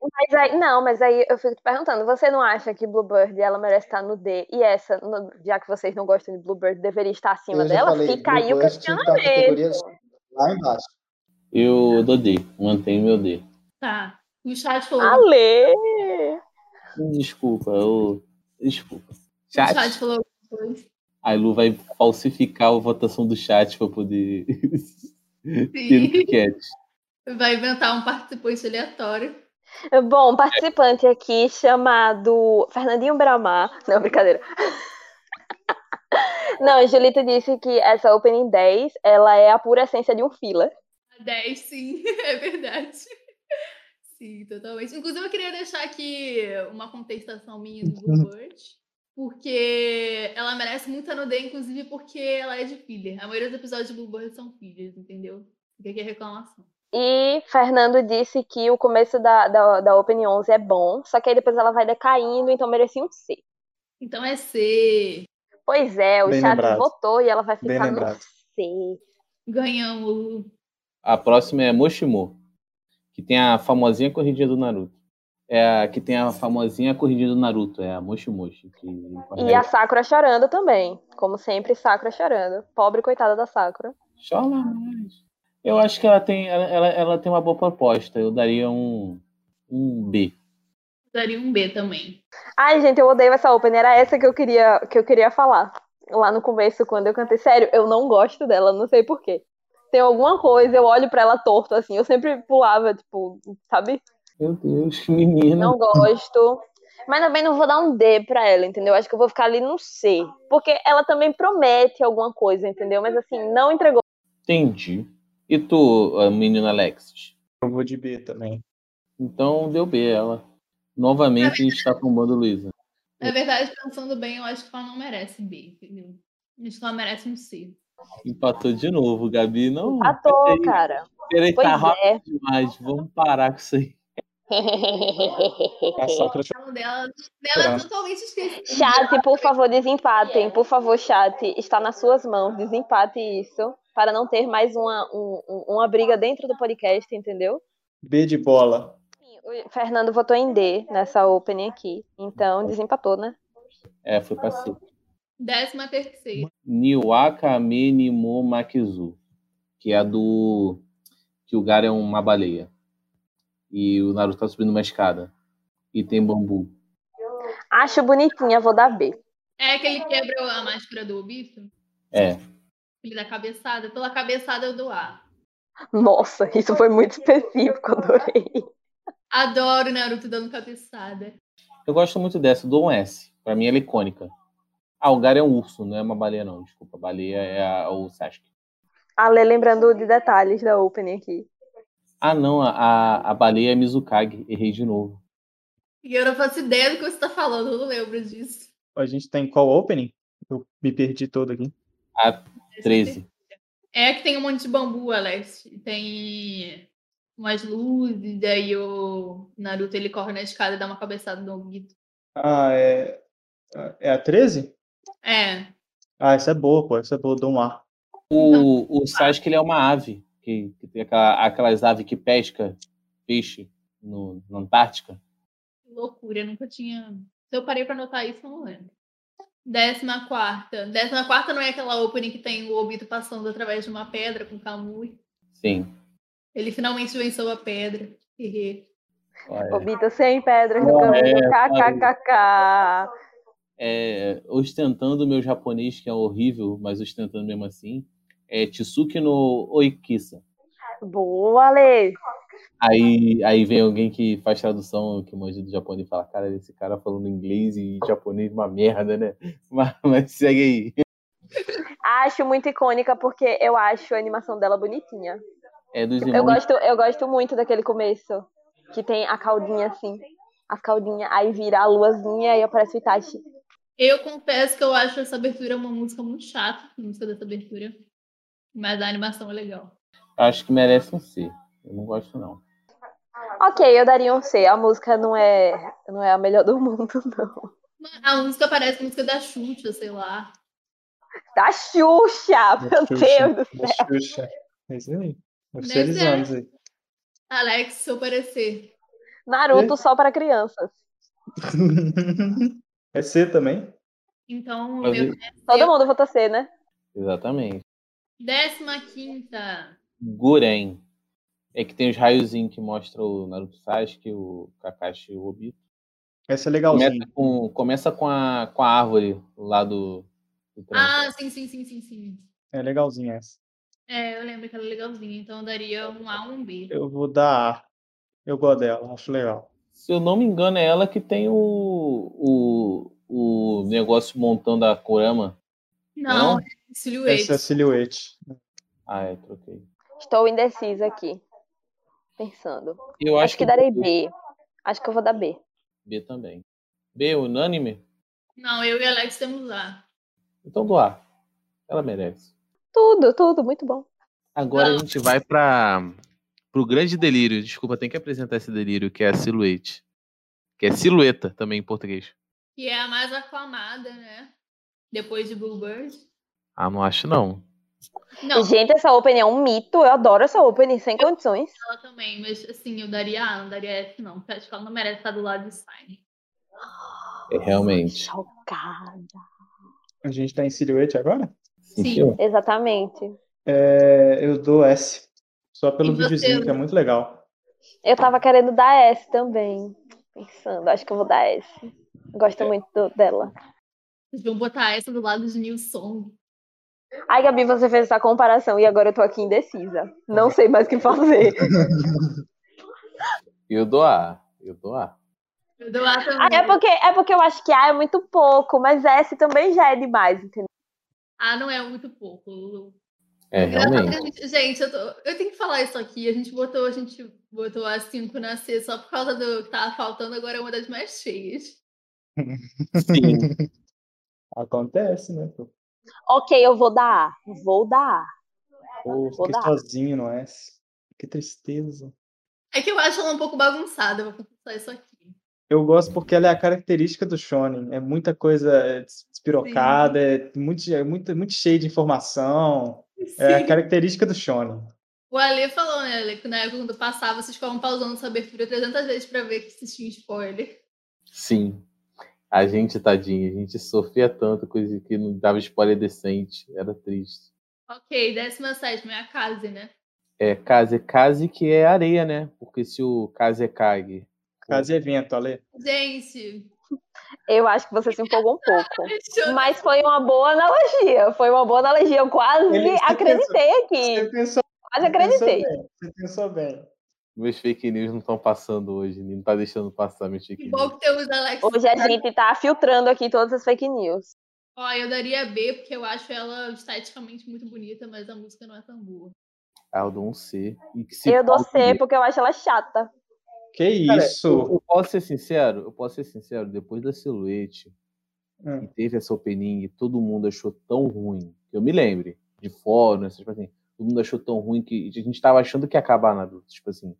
[SPEAKER 4] Mas aí, não, mas aí eu fico te perguntando, você não acha que Bluebird ela merece estar no D? E essa, no- já que vocês não gostam de Bluebird, deveria estar acima
[SPEAKER 5] Eu já
[SPEAKER 4] dela?
[SPEAKER 5] falei,
[SPEAKER 4] Fica aí o
[SPEAKER 5] tá Bluebird tinha que estar na categoria
[SPEAKER 4] questionamento.
[SPEAKER 5] lá embaixo.
[SPEAKER 6] Eu dou D, mantenho meu D.
[SPEAKER 3] Tá. E o chat falou.
[SPEAKER 4] Ale!
[SPEAKER 6] Desculpa, ô. Desculpa.
[SPEAKER 3] o
[SPEAKER 6] Chat.
[SPEAKER 3] Ah, chat falou alguma coisa.
[SPEAKER 6] A Lu vai falsificar a votação do chat pra poder ter o
[SPEAKER 3] Sim.
[SPEAKER 6] que quer.
[SPEAKER 3] Vai inventar um participante aleatório.
[SPEAKER 4] Bom, um participante aqui chamado Fernandinho Bramar. Não, brincadeira. Não, Julita disse que essa Opening 10, ela é a pura essência de um fila.
[SPEAKER 3] A 10, sim, é verdade. Sim, totalmente. Inclusive, eu queria deixar aqui uma contestação minha do Blue Bird, porque ela merece muita nudez, inclusive porque ela é de filler. A maioria dos episódios de Blue Bird são fillers, entendeu? Fica aqui a reclamação.
[SPEAKER 4] E Fernando disse que o começo da, da, da Opening 11 é bom, só que aí depois ela vai decaindo, então merecia um C.
[SPEAKER 3] Então é C.
[SPEAKER 4] Pois é, o
[SPEAKER 7] Bem
[SPEAKER 4] chat
[SPEAKER 7] lembrado.
[SPEAKER 4] votou e ela vai
[SPEAKER 7] Bem
[SPEAKER 4] ficar no
[SPEAKER 7] lembrado.
[SPEAKER 4] C.
[SPEAKER 3] Ganhamos.
[SPEAKER 6] A próxima é Moshimo, que tem a famosinha corridinha do Naruto. É a que tem a famosinha corridinha do Naruto, é a Moshimoshi. Que...
[SPEAKER 4] E a Sakura chorando também. Como sempre, Sakura chorando. Pobre coitada da Sakura.
[SPEAKER 6] Chora mais. Eu acho que ela tem, ela, ela, ela tem uma boa proposta. Eu daria um, um B.
[SPEAKER 3] Daria um B também.
[SPEAKER 4] Ai, gente, eu odeio essa open. Era essa que eu queria, que eu queria falar. Lá no começo, quando eu cantei. Sério, eu não gosto dela, não sei porquê. Tem alguma coisa, eu olho pra ela torto, assim. Eu sempre pulava, tipo, sabe?
[SPEAKER 6] Meu Deus, que menina.
[SPEAKER 4] Não gosto. Mas também não vou dar um D pra ela, entendeu? Acho que eu vou ficar ali no C. Porque ela também promete alguma coisa, entendeu? Mas assim, não entregou.
[SPEAKER 6] Entendi. E tu, a menina Alexis?
[SPEAKER 7] Eu vou de B também.
[SPEAKER 6] Então deu B ela. Novamente está tombando Luísa.
[SPEAKER 3] Na verdade, pensando bem, eu acho que ela não merece B, entendeu? Acho que ela merece um C.
[SPEAKER 6] Empatou de novo, Gabi. Não.
[SPEAKER 4] À toa, cara.
[SPEAKER 6] Peraí,
[SPEAKER 4] Pois
[SPEAKER 6] Uhum. tá rápido
[SPEAKER 4] é.
[SPEAKER 6] demais. Vamos parar com isso aí.
[SPEAKER 5] Tá
[SPEAKER 7] A Sakura
[SPEAKER 3] O nome Então, dela, dela é totalmente esquecido.
[SPEAKER 4] Chat, por favor, desempatem. Por favor, chat, está nas suas mãos. Desempate isso para não ter mais uma, um- um- uma briga dentro do podcast, entendeu?
[SPEAKER 7] B de bola.
[SPEAKER 4] Sim, O Fernando votou em D nessa opening aqui, então desempatou, né?
[SPEAKER 6] É, foi pra C.
[SPEAKER 3] Décima terceira.
[SPEAKER 6] Niwaka Menimo Makizu. Que é a do. Que o Gara é uma baleia. E o Naruto tá subindo uma escada. E tem bambu.
[SPEAKER 4] Acho bonitinha, vou dar B.
[SPEAKER 3] É que ele quebra a máscara do Obito?
[SPEAKER 6] É.
[SPEAKER 3] Ele dá cabeçada? Pela cabeçada eu dou A.
[SPEAKER 4] Nossa, isso foi muito específico, adorei.
[SPEAKER 3] Adoro Naruto dando cabeçada.
[SPEAKER 6] Eu gosto muito dessa, eu dou um S. Pra mim ela é icônica. Ah, o Gara é um urso, não é uma baleia, não. Desculpa, a baleia é a- o Sasuke.
[SPEAKER 4] Ale, lembrando de detalhes da opening aqui.
[SPEAKER 6] Ah, não, a- a, a baleia é Mizukage. Errei de novo.
[SPEAKER 3] E eu não faço ideia do que você tá falando, eu não lembro disso.
[SPEAKER 7] A gente tá em qual opening? Eu me perdi todo aqui.
[SPEAKER 6] A 13.
[SPEAKER 3] É que tem um monte de bambu, Alex. E Tem umas luzes, daí o Naruto ele corre na escada e dá uma cabeçada no Obito.
[SPEAKER 7] Ah, é. É a 13?
[SPEAKER 3] É,
[SPEAKER 7] Ah, essa é boa, pô. Essa é boa, dou um A.
[SPEAKER 6] O, o Sasuke ele é uma ave, que, que tem aquela- aquelas aves que pesca peixe no, na Antártica.
[SPEAKER 3] que loucura, eu nunca tinha. Se eu parei pra anotar isso, eu não lembro. Décima quarta. Décima quarta não é aquela opening que tem o Obito passando através de uma pedra com Kamui.
[SPEAKER 6] Sim.
[SPEAKER 3] Ele finalmente venceu a pedra. Hehe.
[SPEAKER 6] olha,
[SPEAKER 4] Obito sem pedras no caminho, kkkk.
[SPEAKER 6] É, ostentando meu japonês, que é horrível, mas ostentando mesmo assim, é Tsuki no Oikisa.
[SPEAKER 4] Boa, Ale.
[SPEAKER 6] Aí, aí vem alguém que faz tradução, que manja do japonês e fala, cara, esse cara falando inglês e japonês é uma merda, né? Mas, mas segue aí.
[SPEAKER 4] Acho muito icônica porque eu acho a animação dela bonitinha.
[SPEAKER 6] É dos
[SPEAKER 4] Eu
[SPEAKER 6] irmãos
[SPEAKER 4] gosto, eu gosto muito daquele começo que tem a caldinha assim, as caldinhas, aí vira a luazinha e aparece o Itachi.
[SPEAKER 3] Eu confesso que eu acho essa abertura uma música muito chata, a música dessa abertura. Mas a animação é legal.
[SPEAKER 6] acho que merece um C. Eu não gosto, não.
[SPEAKER 4] Ok, eu daria um C. A música não é, não é a melhor do mundo, não.
[SPEAKER 3] A música parece música da Xuxa, sei lá.
[SPEAKER 4] Da Xuxa, meu Deus do céu.
[SPEAKER 7] Da Xuxa. É isso aí.
[SPEAKER 3] Deve
[SPEAKER 7] Oficializamos aí.
[SPEAKER 3] Alex, se eu parecer.
[SPEAKER 4] Naruto só para crianças.
[SPEAKER 7] É C também?
[SPEAKER 3] Então,
[SPEAKER 6] Mas
[SPEAKER 3] meu,
[SPEAKER 4] Todo mundo vota C, né?
[SPEAKER 6] Exatamente.
[SPEAKER 3] décima quinta.
[SPEAKER 6] Guren. É que tem os raiozinhos que mostra o Naruto Sasuke, o Kakashi e o Obito.
[SPEAKER 7] Essa é
[SPEAKER 6] Começa
[SPEAKER 7] legalzinha.
[SPEAKER 6] com, começa com, a, com a árvore lá do, do trem.
[SPEAKER 3] Ah, sim, sim, sim, sim, sim.
[SPEAKER 7] É legalzinha essa.
[SPEAKER 3] É, eu lembro que ela é legalzinha, então eu daria um A, um B.
[SPEAKER 7] Eu vou dar A. Eu gosto dela, acho legal.
[SPEAKER 6] Se eu não me engano, é ela que tem o, o, o negócio montando a Kurama.
[SPEAKER 3] Não,
[SPEAKER 6] Não?
[SPEAKER 3] é Silhouette.
[SPEAKER 7] Essa é a silhouette.
[SPEAKER 6] Ah, é, troquei.
[SPEAKER 4] Estou indecisa aqui. Pensando.
[SPEAKER 6] Eu
[SPEAKER 4] Acho,
[SPEAKER 6] acho,
[SPEAKER 4] que darei B. Acho que eu vou dar B.
[SPEAKER 6] B também. B, é unânime?
[SPEAKER 3] Não, eu e Alex temos A.
[SPEAKER 6] Então do A. Ela merece.
[SPEAKER 4] Tudo, tudo, muito bom.
[SPEAKER 6] Agora a gente vai para o grande delírio. Desculpa, tem que apresentar esse delírio, que é a silhuete. Que é silhueta também em português.
[SPEAKER 3] Que é a mais aclamada, né? Depois de Bluebird.
[SPEAKER 6] Ah, não acho não.
[SPEAKER 3] Não,
[SPEAKER 4] Gente, essa opening é um mito. Eu adoro essa opening, sem condições.
[SPEAKER 3] ela também, mas assim, eu daria A, não daria F, não. Porque acho que ela não merece estar do lado de Stein.
[SPEAKER 6] É, realmente.
[SPEAKER 4] Chocada.
[SPEAKER 7] A gente tá em silhouette agora?
[SPEAKER 3] Sim.
[SPEAKER 4] Exatamente.
[SPEAKER 7] É, eu dou S. Só pelo
[SPEAKER 3] E você,
[SPEAKER 7] videozinho, que é
[SPEAKER 3] Lu?
[SPEAKER 7] muito legal.
[SPEAKER 4] Eu tava querendo dar S também. Pensando, acho que eu vou dar S.
[SPEAKER 7] É.
[SPEAKER 4] Gosto muito do- dela.
[SPEAKER 3] Vocês vão botar essa do lado de New Song.
[SPEAKER 4] Ai, Gabi, você fez essa comparação e agora eu tô aqui indecisa. Não sei mais o que fazer.
[SPEAKER 6] Eu dou A. Eu dou A.
[SPEAKER 3] Eu dou A também.
[SPEAKER 4] Ah, é porque, é porque eu acho que A é muito pouco, mas S também já é demais, entendeu?
[SPEAKER 3] A não é muito pouco, Lulu.
[SPEAKER 6] É, realmente.
[SPEAKER 3] Engraçado que a gente- Gente, eu, tô- eu tenho que falar isso aqui. A gente botou, a gente botou a 5 na C só por causa do que tava faltando, agora é uma das mais cheias.
[SPEAKER 6] Sim.
[SPEAKER 7] Acontece, né? pô?
[SPEAKER 4] Ok, eu vou dar A. Vou dar A.
[SPEAKER 7] Pô,
[SPEAKER 4] Vou
[SPEAKER 7] fiquei
[SPEAKER 4] dar.
[SPEAKER 7] sozinho no S. Que tristeza.
[SPEAKER 3] É que eu acho ela um pouco bagunçada, vou confessar isso aqui.
[SPEAKER 7] Eu gosto porque ela é a característica do Shonen. É muita coisa é, des- despirocada, é muito, é muito, muito cheio de informação. É a
[SPEAKER 3] Sim.
[SPEAKER 7] característica do Shonen.
[SPEAKER 3] O Ale falou, né, Ale, que na época quando passava, vocês ficavam pausando essa abertura 300 vezes pra ver se tinha spoiler.
[SPEAKER 6] Sim. A gente, tadinha, a gente sofria tanto coisa que não dava spoiler decente. Era triste.
[SPEAKER 3] Ok, 17 é a Kaze, né?
[SPEAKER 6] É, Kaze Kaze que é areia, né? Porque se o Kaze é Kage.
[SPEAKER 7] Caso e evento, Ale.
[SPEAKER 3] Gente,
[SPEAKER 4] Eu acho que você se empolgou um pouco.
[SPEAKER 3] fechou.
[SPEAKER 4] Mas foi uma boa analogia. Foi uma boa analogia. Eu quase
[SPEAKER 7] Ele- você
[SPEAKER 4] acreditei
[SPEAKER 7] Você
[SPEAKER 3] É.
[SPEAKER 4] aqui.
[SPEAKER 7] pensou,
[SPEAKER 4] Quase
[SPEAKER 7] pensou
[SPEAKER 4] acreditei.
[SPEAKER 7] bem. Você pensou bem.
[SPEAKER 6] Meus fake news não estão passando hoje, não tá deixando passar meus fake
[SPEAKER 3] que
[SPEAKER 6] news.
[SPEAKER 3] bom que temos Alex.
[SPEAKER 4] Hoje a gente tá filtrando aqui todas as fake news.
[SPEAKER 3] Ó, eu daria B, porque eu acho ela esteticamente muito bonita, mas a música não é tão boa.
[SPEAKER 6] Ah, eu dou um C. E que se
[SPEAKER 4] Eu dou
[SPEAKER 6] foda
[SPEAKER 4] C
[SPEAKER 6] mesmo.
[SPEAKER 4] porque eu acho ela chata.
[SPEAKER 7] Que
[SPEAKER 6] Cara,
[SPEAKER 7] isso?
[SPEAKER 6] Eu, eu posso ser sincero? Eu posso ser sincero, depois da silhuete
[SPEAKER 7] Hum.
[SPEAKER 6] e teve essa opening e todo mundo achou tão ruim. que Eu me lembro, de fórum, essas coisas assim, todo mundo achou tão ruim que a gente tava achando que ia acabar Naruto. Tipo assim,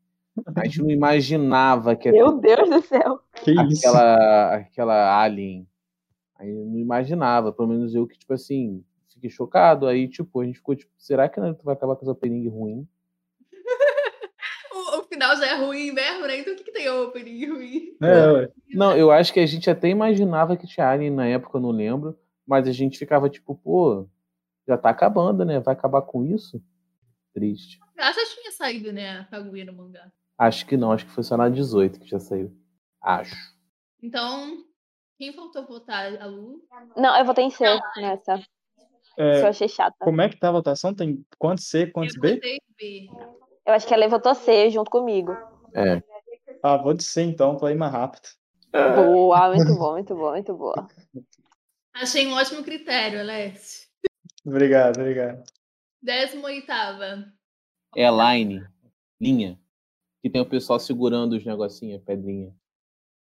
[SPEAKER 6] a gente não imaginava que ia ter
[SPEAKER 4] Meu Deus do céu.
[SPEAKER 7] Que isso?
[SPEAKER 6] aquela, aquela alien. Aí eu não imaginava, pelo menos eu que, tipo assim, fiquei chocado. Aí, tipo, a gente ficou, tipo, será que Naruto vai acabar com essa opening ruim?
[SPEAKER 3] O, o final já é ruim mesmo, né? Então o que, que tem opening ruim?
[SPEAKER 7] É, ué.
[SPEAKER 6] Não, eu acho que a gente até imaginava que tinha alien na época, eu não lembro, mas a gente ficava tipo, pô, já tá acabando, né? Vai acabar com isso? Triste.
[SPEAKER 3] Acho que tinha saído, né, a Kaguya no mangá.
[SPEAKER 6] Acho que não, acho que foi só na 18 que já saiu. Acho.
[SPEAKER 3] Então, quem faltou votar? A Lu?
[SPEAKER 4] Não, eu votei em C nessa. Isso eu
[SPEAKER 7] É,
[SPEAKER 4] achei chata.
[SPEAKER 7] como é que tá a votação? Tem quantos C, quantos
[SPEAKER 3] eu
[SPEAKER 7] B?
[SPEAKER 3] votei B.
[SPEAKER 4] Eu acho que ela votou C junto comigo.
[SPEAKER 6] É.
[SPEAKER 7] Ah, vou de C então, pra ir mais rápido.
[SPEAKER 4] Boa, muito boa, muito boa, muito boa.
[SPEAKER 3] Achei um ótimo critério, Alex.
[SPEAKER 7] Obrigado, obrigado.
[SPEAKER 3] Décima oitava.
[SPEAKER 6] É line, linha. Que tem o pessoal segurando os negocinhos, a pedrinha.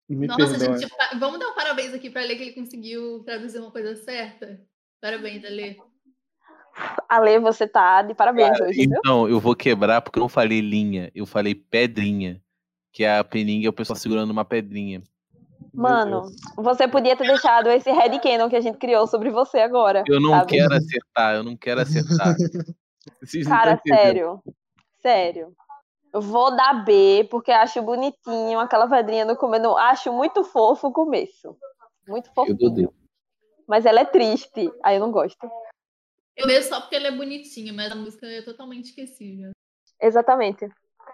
[SPEAKER 7] Me
[SPEAKER 3] Nossa,
[SPEAKER 7] perdoe.
[SPEAKER 5] é.
[SPEAKER 3] gente, pa- vamos dar um parabéns aqui para Ale que ele conseguiu traduzir uma coisa certa. Parabéns, Ale.
[SPEAKER 4] Ale, você tá de parabéns hoje, viu?
[SPEAKER 6] Então, eu vou quebrar porque eu não falei linha, eu falei pedrinha. Que a peninga é o pessoal segurando uma pedrinha.
[SPEAKER 4] Tá
[SPEAKER 7] Meu
[SPEAKER 4] Mano,
[SPEAKER 7] Deus.
[SPEAKER 4] você podia ter deixado esse Red Cannon que a gente criou sobre você agora.
[SPEAKER 6] Eu não
[SPEAKER 4] sabe?
[SPEAKER 6] quero acertar, eu não quero acertar. Vocês não
[SPEAKER 4] Cara,
[SPEAKER 6] tão entendendo.
[SPEAKER 4] sério. Sério. Eu vou dar B, porque acho bonitinho aquela pedrinha no começo. Acho muito fofo o começo. Muito
[SPEAKER 6] dou D.
[SPEAKER 4] fofinho. Mas ela é triste. Aí eu não gosto.
[SPEAKER 3] Eu vejo só porque ela é bonitinha, mas a música é totalmente esquecível.
[SPEAKER 4] Exatamente.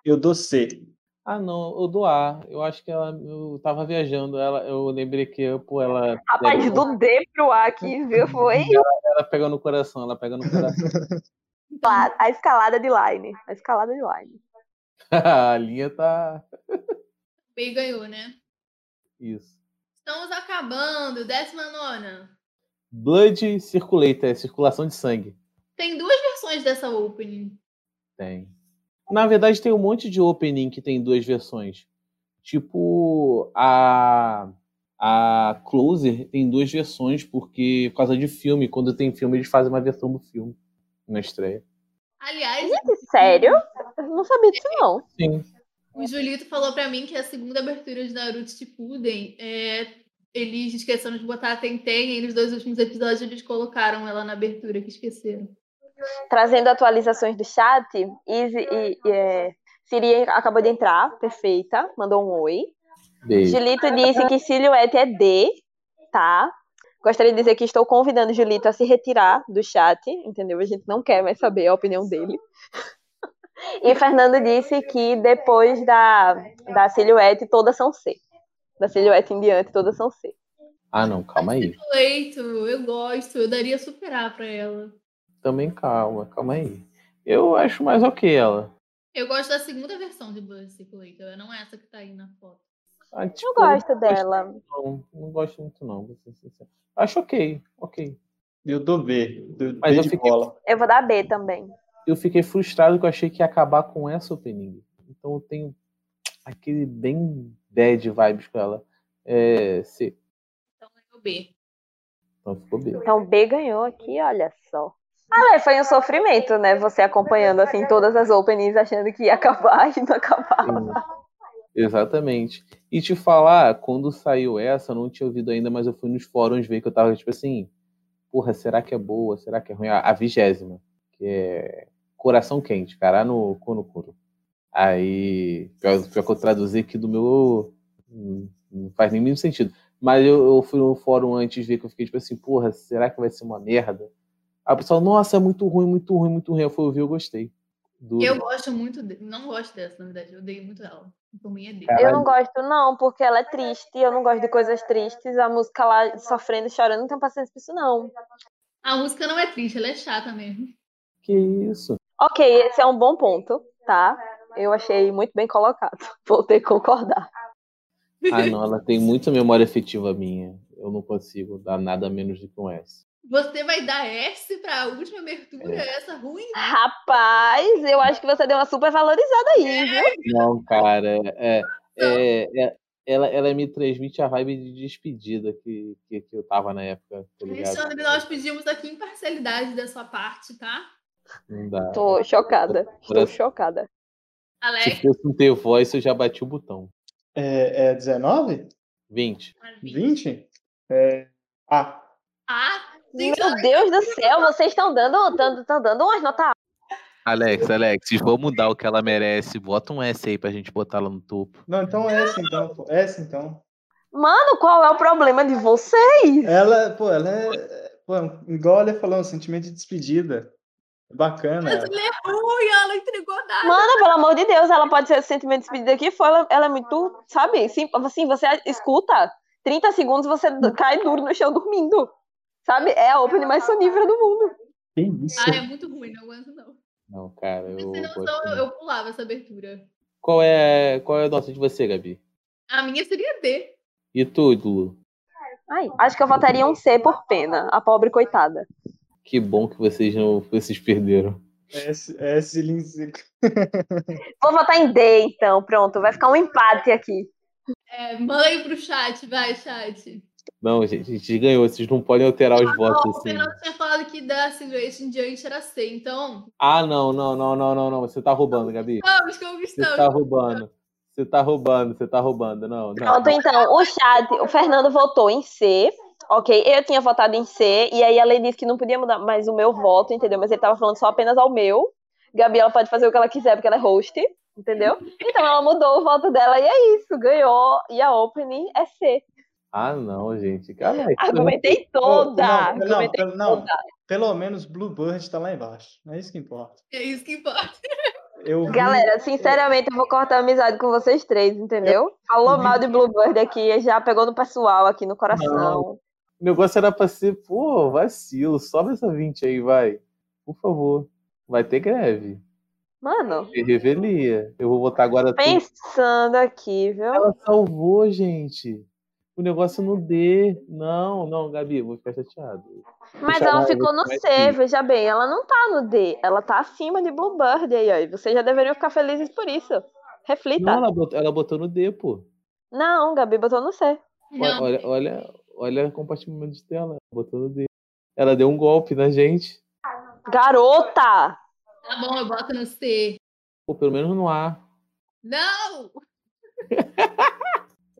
[SPEAKER 7] Eu dou C.
[SPEAKER 6] Ah, não, eu dou A. Eu acho que ela. Eu tava viajando, ela, eu lembrei que eu, pô, ela.
[SPEAKER 4] Rapaz,
[SPEAKER 6] ela,
[SPEAKER 4] do D pro A aqui, viu? Foi
[SPEAKER 6] ela pega no coração, ela pega no coração.
[SPEAKER 4] lá, a escalada de line. A escalada de line.
[SPEAKER 6] a linha tá.
[SPEAKER 3] B ganhou, né?
[SPEAKER 6] Isso.
[SPEAKER 3] Estamos acabando. Décima nona.
[SPEAKER 6] Blood circulate, é circulação de sangue.
[SPEAKER 3] Tem duas versões dessa opening.
[SPEAKER 6] Tem. Na verdade, tem um monte de opening que tem duas versões. Tipo, a. A Closer tem duas versões, porque por causa de filme, quando tem filme, eles fazem uma versão do filme na estreia.
[SPEAKER 3] Aliás,
[SPEAKER 4] Gente, sério? Eu não sabia disso, não.
[SPEAKER 6] Sim.
[SPEAKER 3] o Julito falou pra mim que a segunda abertura de Naruto Shippuden é... Eles esqueceram de botar a Tenten e nos dois últimos episódios eles colocaram ela na abertura, que esqueceram.
[SPEAKER 4] Trazendo atualizações do chat, Izzy e, e, é, Siri acabou de entrar, perfeita, mandou um oi.
[SPEAKER 6] Beijo.
[SPEAKER 4] Julito disse que silhuete é D, tá? Gostaria de dizer que estou convidando o Julito a se retirar do chat, entendeu? A gente não quer mais saber a opinião dele. E Fernando disse que depois da, da silhuete, todas são C. Da silhuete em diante, todas são C.
[SPEAKER 6] Ah, não, calma aí.
[SPEAKER 3] Leito, eu gosto, eu daria super A pra ela.
[SPEAKER 6] Também calma, calma aí. Eu acho mais ok ela.
[SPEAKER 3] Eu gosto da segunda versão de Blood Circulate, ela não é essa que tá aí na foto.
[SPEAKER 6] Ah, tipo,
[SPEAKER 4] Eu gosto dela.
[SPEAKER 6] Não, não gosto muito, não. vou ser sincero. Acho ok, ok.
[SPEAKER 7] Eu dou B. Dou
[SPEAKER 6] Mas
[SPEAKER 7] B
[SPEAKER 6] eu
[SPEAKER 7] de
[SPEAKER 6] fiquei-
[SPEAKER 7] bola.
[SPEAKER 4] Eu vou dar B também.
[SPEAKER 6] Eu fiquei frustrado que eu achei que ia acabar com essa opening. Então eu tenho aquele bem bad vibes com ela. É, C.
[SPEAKER 3] Eu B.
[SPEAKER 6] Então ficou B.
[SPEAKER 4] Então B ganhou aqui, olha só. Ale, foi um sofrimento, né? Você acompanhando assim todas as openings, achando que ia acabar e não acabava.
[SPEAKER 6] Exatamente. E te falar, quando saiu essa, eu não tinha ouvido ainda, mas eu fui nos fóruns ver que eu tava tipo assim, porra, será que é boa? Será que é ruim? A a vigésima, que é Coração Quente, cara, no Cono Curo. Aí, pior, pior que eu traduzi aqui do meu. hum, Não faz nem mínimo sentido. Mas eu, eu fui no fórum antes ver que eu fiquei tipo assim, porra, será que vai ser uma merda? Aí o pessoal, nossa, é muito ruim, muito ruim, muito ruim. Eu fui ouvir, eu gostei. Do-
[SPEAKER 3] Eu gosto muito, de... não gosto dessa, na verdade, eu odeio muito ela. Por mim é D.
[SPEAKER 6] Cara,
[SPEAKER 4] Eu não gosto, não, porque ela é triste, eu não gosto de coisas tristes, a música lá sofrendo, chorando, não tenho paciência pra isso, não.
[SPEAKER 3] A música não é triste, ela é chata mesmo.
[SPEAKER 6] Que isso?
[SPEAKER 4] Ok, esse é um bom ponto, tá? Eu achei muito bem colocado. Vou ter que concordar.
[SPEAKER 6] Ah, não, ela tem muita memória afetiva minha. Eu não consigo dar nada menos do que um S.
[SPEAKER 3] Você vai dar S pra última abertura,
[SPEAKER 6] É.
[SPEAKER 3] essa ruim?
[SPEAKER 4] Rapaz, eu acho que você deu uma super valorizada aí, viu?
[SPEAKER 6] Não, cara, é, é, é- ela, ela me transmite a vibe de despedida que, que, que eu tava na época, tá ligado?
[SPEAKER 3] Alexandre, né, nós pedimos aqui imparcialidade da sua parte, tá?
[SPEAKER 6] Não dá.
[SPEAKER 4] Tô chocada, estou chocada.
[SPEAKER 6] Se
[SPEAKER 3] Alex,
[SPEAKER 6] fosse um The Voice, eu já bati o botão.
[SPEAKER 7] É, é 19?
[SPEAKER 6] 20.
[SPEAKER 7] 20? É, A.
[SPEAKER 3] A. Ah, Gente,
[SPEAKER 4] Meu Deus do céu, vocês estão dando, tão, tão dando umas notas
[SPEAKER 6] Alex, Alex, vamos dar o que ela merece. Bota um S aí pra gente botar ela no topo.
[SPEAKER 7] Não, então é essa então, pô. Essa então.
[SPEAKER 4] Mano, qual é o problema de você?
[SPEAKER 7] Ela, pô, ela é. Pô, igual ela falou, um sentimento de despedida. Bacana.
[SPEAKER 3] ela é ruim, ela entregou nada.
[SPEAKER 4] Mano, pelo amor de Deus, ela pode ser o sentimento de despedida que for, ela, ela é muito, sabe? Sim, assim, você escuta 30 segundos, você d- cai duro no chão dormindo. Sabe? É a opening mais sonívora do mundo.
[SPEAKER 7] Que isso?
[SPEAKER 3] Ah, é muito ruim, não aguento não.
[SPEAKER 6] Não, cara, eu.
[SPEAKER 3] Se não,
[SPEAKER 6] gosto
[SPEAKER 3] são, eu,
[SPEAKER 6] muito.
[SPEAKER 3] eu pulava essa abertura.
[SPEAKER 6] Qual é, qual é a nota de você, Gabi?
[SPEAKER 3] A minha seria D.
[SPEAKER 6] E tu, Lu?
[SPEAKER 4] Ai, acho que eu votaria um C por pena, a pobre coitada.
[SPEAKER 6] Que bom que vocês não vocês perderam.
[SPEAKER 7] S, S Lindsay.
[SPEAKER 4] Vou votar em D, então, pronto, vai ficar um empate aqui.
[SPEAKER 3] É, mãe pro chat, vai, chat.
[SPEAKER 6] Não, gente, a gente ganhou. Vocês não podem alterar os votos
[SPEAKER 3] O
[SPEAKER 6] assim.
[SPEAKER 3] Fernando tinha falado que da Silhouette em diante era C, então.
[SPEAKER 6] Ah, não, não, não, não, não, não. Você tá roubando, Gabi.
[SPEAKER 3] Vamos,
[SPEAKER 6] Você tá
[SPEAKER 3] conquistamos.
[SPEAKER 6] roubando. Você tá roubando, você tá roubando. Não, não.
[SPEAKER 4] Pronto, então, o chat, o Fernando votou em C, ok? Eu tinha votado em C, e aí a lei disse que não podia mudar mais o meu voto, entendeu? Mas ele tava falando só apenas ao meu. Gabriela pode fazer o que ela quiser, porque ela é host, entendeu? Então ela mudou o voto dela e é isso, ganhou. E a opening é C.
[SPEAKER 6] Ah, não, gente. Cara,
[SPEAKER 4] Argumentei
[SPEAKER 7] Pô,
[SPEAKER 4] toda!
[SPEAKER 7] não, não,
[SPEAKER 4] argumentei
[SPEAKER 7] pelo- não,
[SPEAKER 4] toda.
[SPEAKER 7] pelo menos Bluebird tá lá embaixo. É isso que importa.
[SPEAKER 3] É isso que importa.
[SPEAKER 7] eu vi-
[SPEAKER 4] Galera, sinceramente, eu vou cortar a amizade com vocês três, entendeu? Falou mal de Bluebird aqui, já pegou no pessoal aqui no coração.
[SPEAKER 6] O negócio era pra ser, pô, vacilo, sobe essa 20 aí, vai. Por favor. Vai ter greve.
[SPEAKER 4] Mano,
[SPEAKER 6] E revelia. Eu vou botar agora tudo.
[SPEAKER 4] pensando aqui, viu?
[SPEAKER 6] Ela salvou, gente. O negócio não dê. Não, não, Gabi, eu vou ficar chateado.
[SPEAKER 4] Mas ela
[SPEAKER 6] Caralho,
[SPEAKER 4] ficou no
[SPEAKER 6] mas
[SPEAKER 4] C,
[SPEAKER 6] sim.
[SPEAKER 4] veja bem, ela não tá no D, ela tá acima de Bluebird aí, ó. e Vocês já deveriam ficar felizes por isso.
[SPEAKER 6] Não,
[SPEAKER 4] Reflita.
[SPEAKER 6] ela botou, ela botou no D, pô.
[SPEAKER 4] Não, Gabi botou no C.
[SPEAKER 6] Olha,
[SPEAKER 3] Não,
[SPEAKER 6] olha, olha, olha o compartimento de tela. Botou no D. Ela deu um golpe na gente.
[SPEAKER 4] Garota!
[SPEAKER 3] tá bom, eu boto no C.
[SPEAKER 6] Pô, pelo menos no A.
[SPEAKER 3] Não!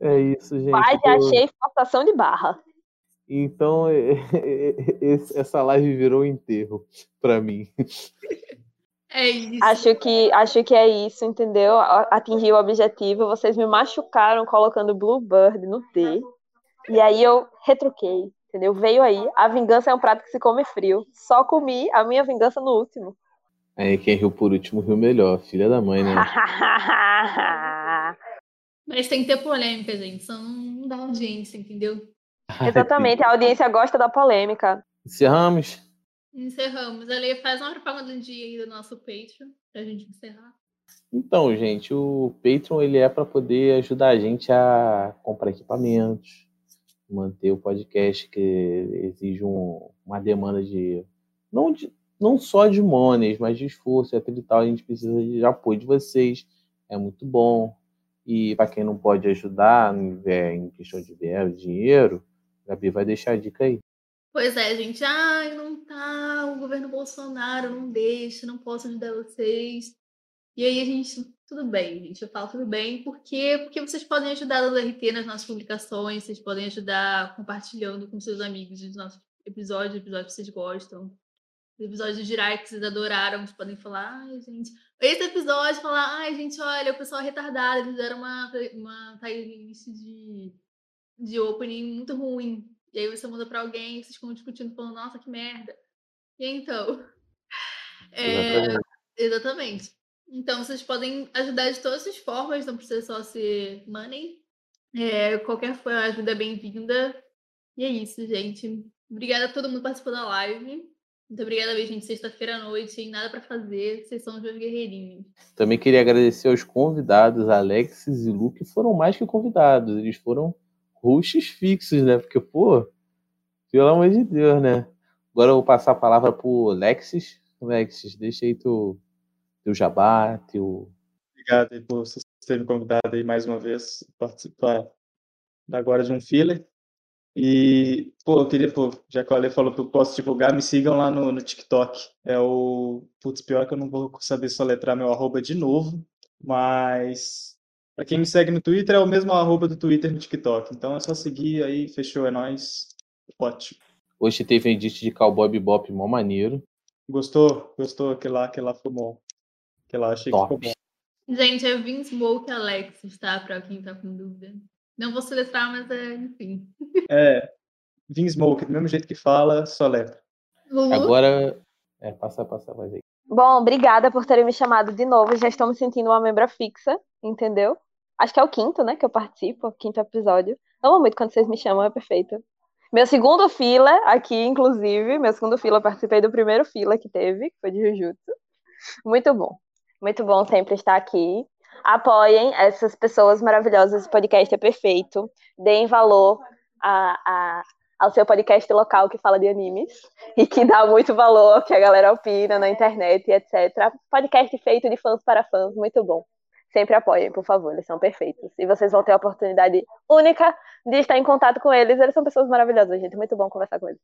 [SPEAKER 6] É isso, gente.
[SPEAKER 4] Pai,
[SPEAKER 6] Pô,
[SPEAKER 4] achei forçação de barra.
[SPEAKER 6] Então, esse- essa live virou um enterro pra mim.
[SPEAKER 3] É isso.
[SPEAKER 4] Acho que, acho que é isso, entendeu? A- Atingi o objetivo. Vocês me machucaram colocando Bluebird no D. E aí eu retruquei, entendeu? Veio aí. A vingança é um prato que se come frio. Só comi a minha vingança no último.
[SPEAKER 6] Aí, quem riu por último riu melhor. Filha da mãe, né?
[SPEAKER 3] Mas tem que ter polêmica, gente. Senão não dá audiência, entendeu?
[SPEAKER 4] Exatamente. A audiência gosta da polêmica.
[SPEAKER 6] Encerramos.
[SPEAKER 3] Encerramos. Ali faz uma propaganda de aí do nosso Patreon pra gente encerrar.
[SPEAKER 6] Então, gente, o Patreon ele é para poder ajudar a gente a comprar equipamentos, manter o podcast que exige um- uma demanda de não, de- não só de monies, mas de esforço e aquele tal. A gente precisa de apoio de vocês, é muito bom. E para quem não pode ajudar em, é, em questão de ver- dinheiro, a Gabi vai deixar a dica aí.
[SPEAKER 3] Pois é, gente. Ai, não tá. O governo Bolsonaro não deixa, não posso ajudar vocês. E aí a gente. Tudo bem, gente. Eu falo tudo bem. Por quê? Porque vocês podem ajudar dando RT nas nossas publicações, vocês podem ajudar compartilhando com seus amigos os nossos episódios, episódios que vocês gostam. Os episódios do Jirai que vocês adoraram, vocês podem falar, ai, gente. Esse episódio, falar, ai, gente, olha, o pessoal é retardado, eles fizeram uma, uma playlist de, de opening muito ruim. E aí você manda pra alguém, vocês ficam discutindo, falando, nossa, que merda. E então. É,
[SPEAKER 6] Exatamente.
[SPEAKER 3] Exatamente. Então, vocês podem ajudar de todas as formas, não precisa só ser money. É, qualquer forma, ajuda é bem-vinda. E é isso, gente. Obrigada a todo mundo que participou da live. Muito obrigada mesmo, gente. Sexta-feira à noite, sem nada pra fazer. Vocês são os meus guerreirinhos.
[SPEAKER 6] Também queria agradecer aos convidados, Alexis e Lu, que foram mais que convidados, eles foram hosts fixos, né? Porque, pô, pelo amor de Deus, né? Agora eu vou passar a palavra pro Alexis. Alexis, deixa aí teu, teu jabá, teu.
[SPEAKER 7] Obrigado aí por vocês terem me convidado aí mais uma vez a participar da agora de um filler. E, pô, eu queria, pô, já que o Ale falou que eu posso divulgar, me sigam lá no, no TikTok. É o. Putz, pior que eu não vou saber soletrar meu arroba de novo, mas. Pra quem me segue no Twitter, é o mesmo arroba do Twitter no TikTok. Então é só seguir aí, fechou, é nóis. Ótimo.
[SPEAKER 6] Hoje teve um edit de Cowboy Bebop, mó maneiro.
[SPEAKER 7] Gostou? Gostou? Aquele lá, aquele lá ficou bom. Aquele lá achei que
[SPEAKER 6] Top.
[SPEAKER 7] ficou bom.
[SPEAKER 3] Gente, eu vim Smoke Alexis, tá? Pra quem tá com dúvida. Não vou soletrar, mas é, enfim.
[SPEAKER 7] É. Vim Smoke, do mesmo jeito que fala, soletra.
[SPEAKER 3] Lulu,
[SPEAKER 6] Agora. É, passa, passa, faz aí.
[SPEAKER 4] Bom, obrigada por terem me chamado de novo. Já estou me sentindo uma membra fixa, entendeu? Acho que é o quinto, né, que eu participo, o quinto episódio. Amo muito quando vocês me chamam, é perfeito. Meu segundo fila aqui, inclusive, meu segundo fila, eu participei do primeiro fila que teve, que foi de Jujutsu. Muito bom. Muito bom sempre estar aqui. Apoiem essas pessoas maravilhosas, esse podcast é perfeito. Deem valor a- a- ao seu podcast local que fala de animes e que dá muito valor, que a galera opina na internet, etc. Podcast feito de fãs para fãs, muito bom. Sempre apoiem, por favor, eles são perfeitos. E vocês vão ter a oportunidade única de estar em contato com eles. Eles são pessoas maravilhosas, gente. Muito bom conversar com eles.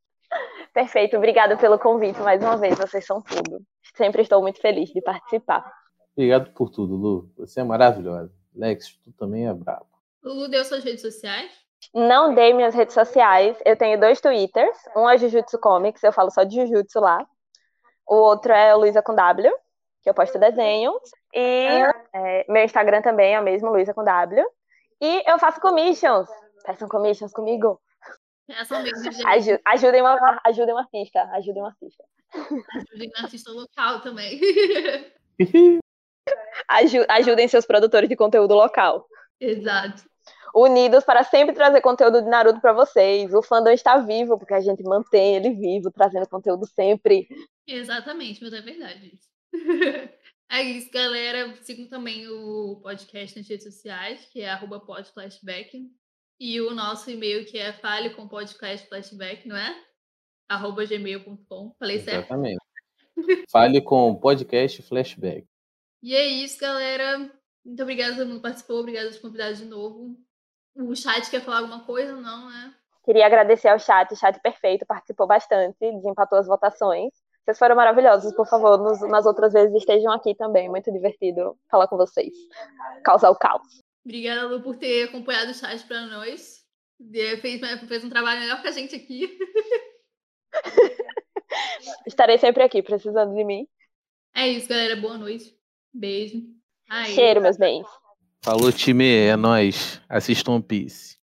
[SPEAKER 4] Perfeito, obrigada pelo convite mais uma vez. Vocês são tudo. Sempre estou muito feliz de participar.
[SPEAKER 6] Obrigado por tudo, Lu. Você é maravilhosa. Alexis, tu também é brabo.
[SPEAKER 3] Lulu deu suas redes sociais.
[SPEAKER 4] Não dei minhas redes sociais. Eu tenho dois Twitters. Um é Jujutsu Comics, eu falo só de Jujutsu lá. O outro é Luísa com W, que eu posto desenho. E é, meu Instagram também é o mesmo, Luísa com W. E eu faço commissions. Peçam commissions comigo.
[SPEAKER 3] Essa mesmo, gente.
[SPEAKER 4] Aju ajudem, uma, ajudem uma artista. Ajudem uma artista.
[SPEAKER 3] Ajudem na artista local também.
[SPEAKER 4] Aju- ajudem seus produtores de conteúdo local.
[SPEAKER 3] Exato.
[SPEAKER 4] Unidos para sempre trazer conteúdo de Naruto pra vocês. O fandom está vivo, porque a gente mantém ele vivo, trazendo conteúdo sempre.
[SPEAKER 3] Exatamente, mas é verdade isso. É isso, galera. Sigam também o podcast nas redes sociais, que é arroba podflashback. E o nosso e-mail, que é fale com podcastflashback, não é? Arroba gmail.com. Falei certo?
[SPEAKER 6] Exatamente. Fale com o podcast Flashback.
[SPEAKER 3] E é isso, galera. Muito obrigada a todo mundo que participou. Obrigada aos convidados de novo. O chat quer falar alguma coisa? Não, né?
[SPEAKER 4] Queria agradecer ao chat, o chat perfeito, participou bastante, desempatou as votações. Vocês foram maravilhosos, por favor, nos- nas outras vezes estejam aqui também. Muito divertido falar com vocês. Causar o caos.
[SPEAKER 3] Obrigada, Lu, por ter acompanhado o chat para nós. De- Fez, fez um trabalho melhor que a gente aqui.
[SPEAKER 4] Estarei sempre aqui, precisando de mim.
[SPEAKER 3] É isso, galera. Boa noite. Beijo. Aí.
[SPEAKER 4] Cheiro, meus bens.
[SPEAKER 6] Falou, time, é nóis. Assista One Piece.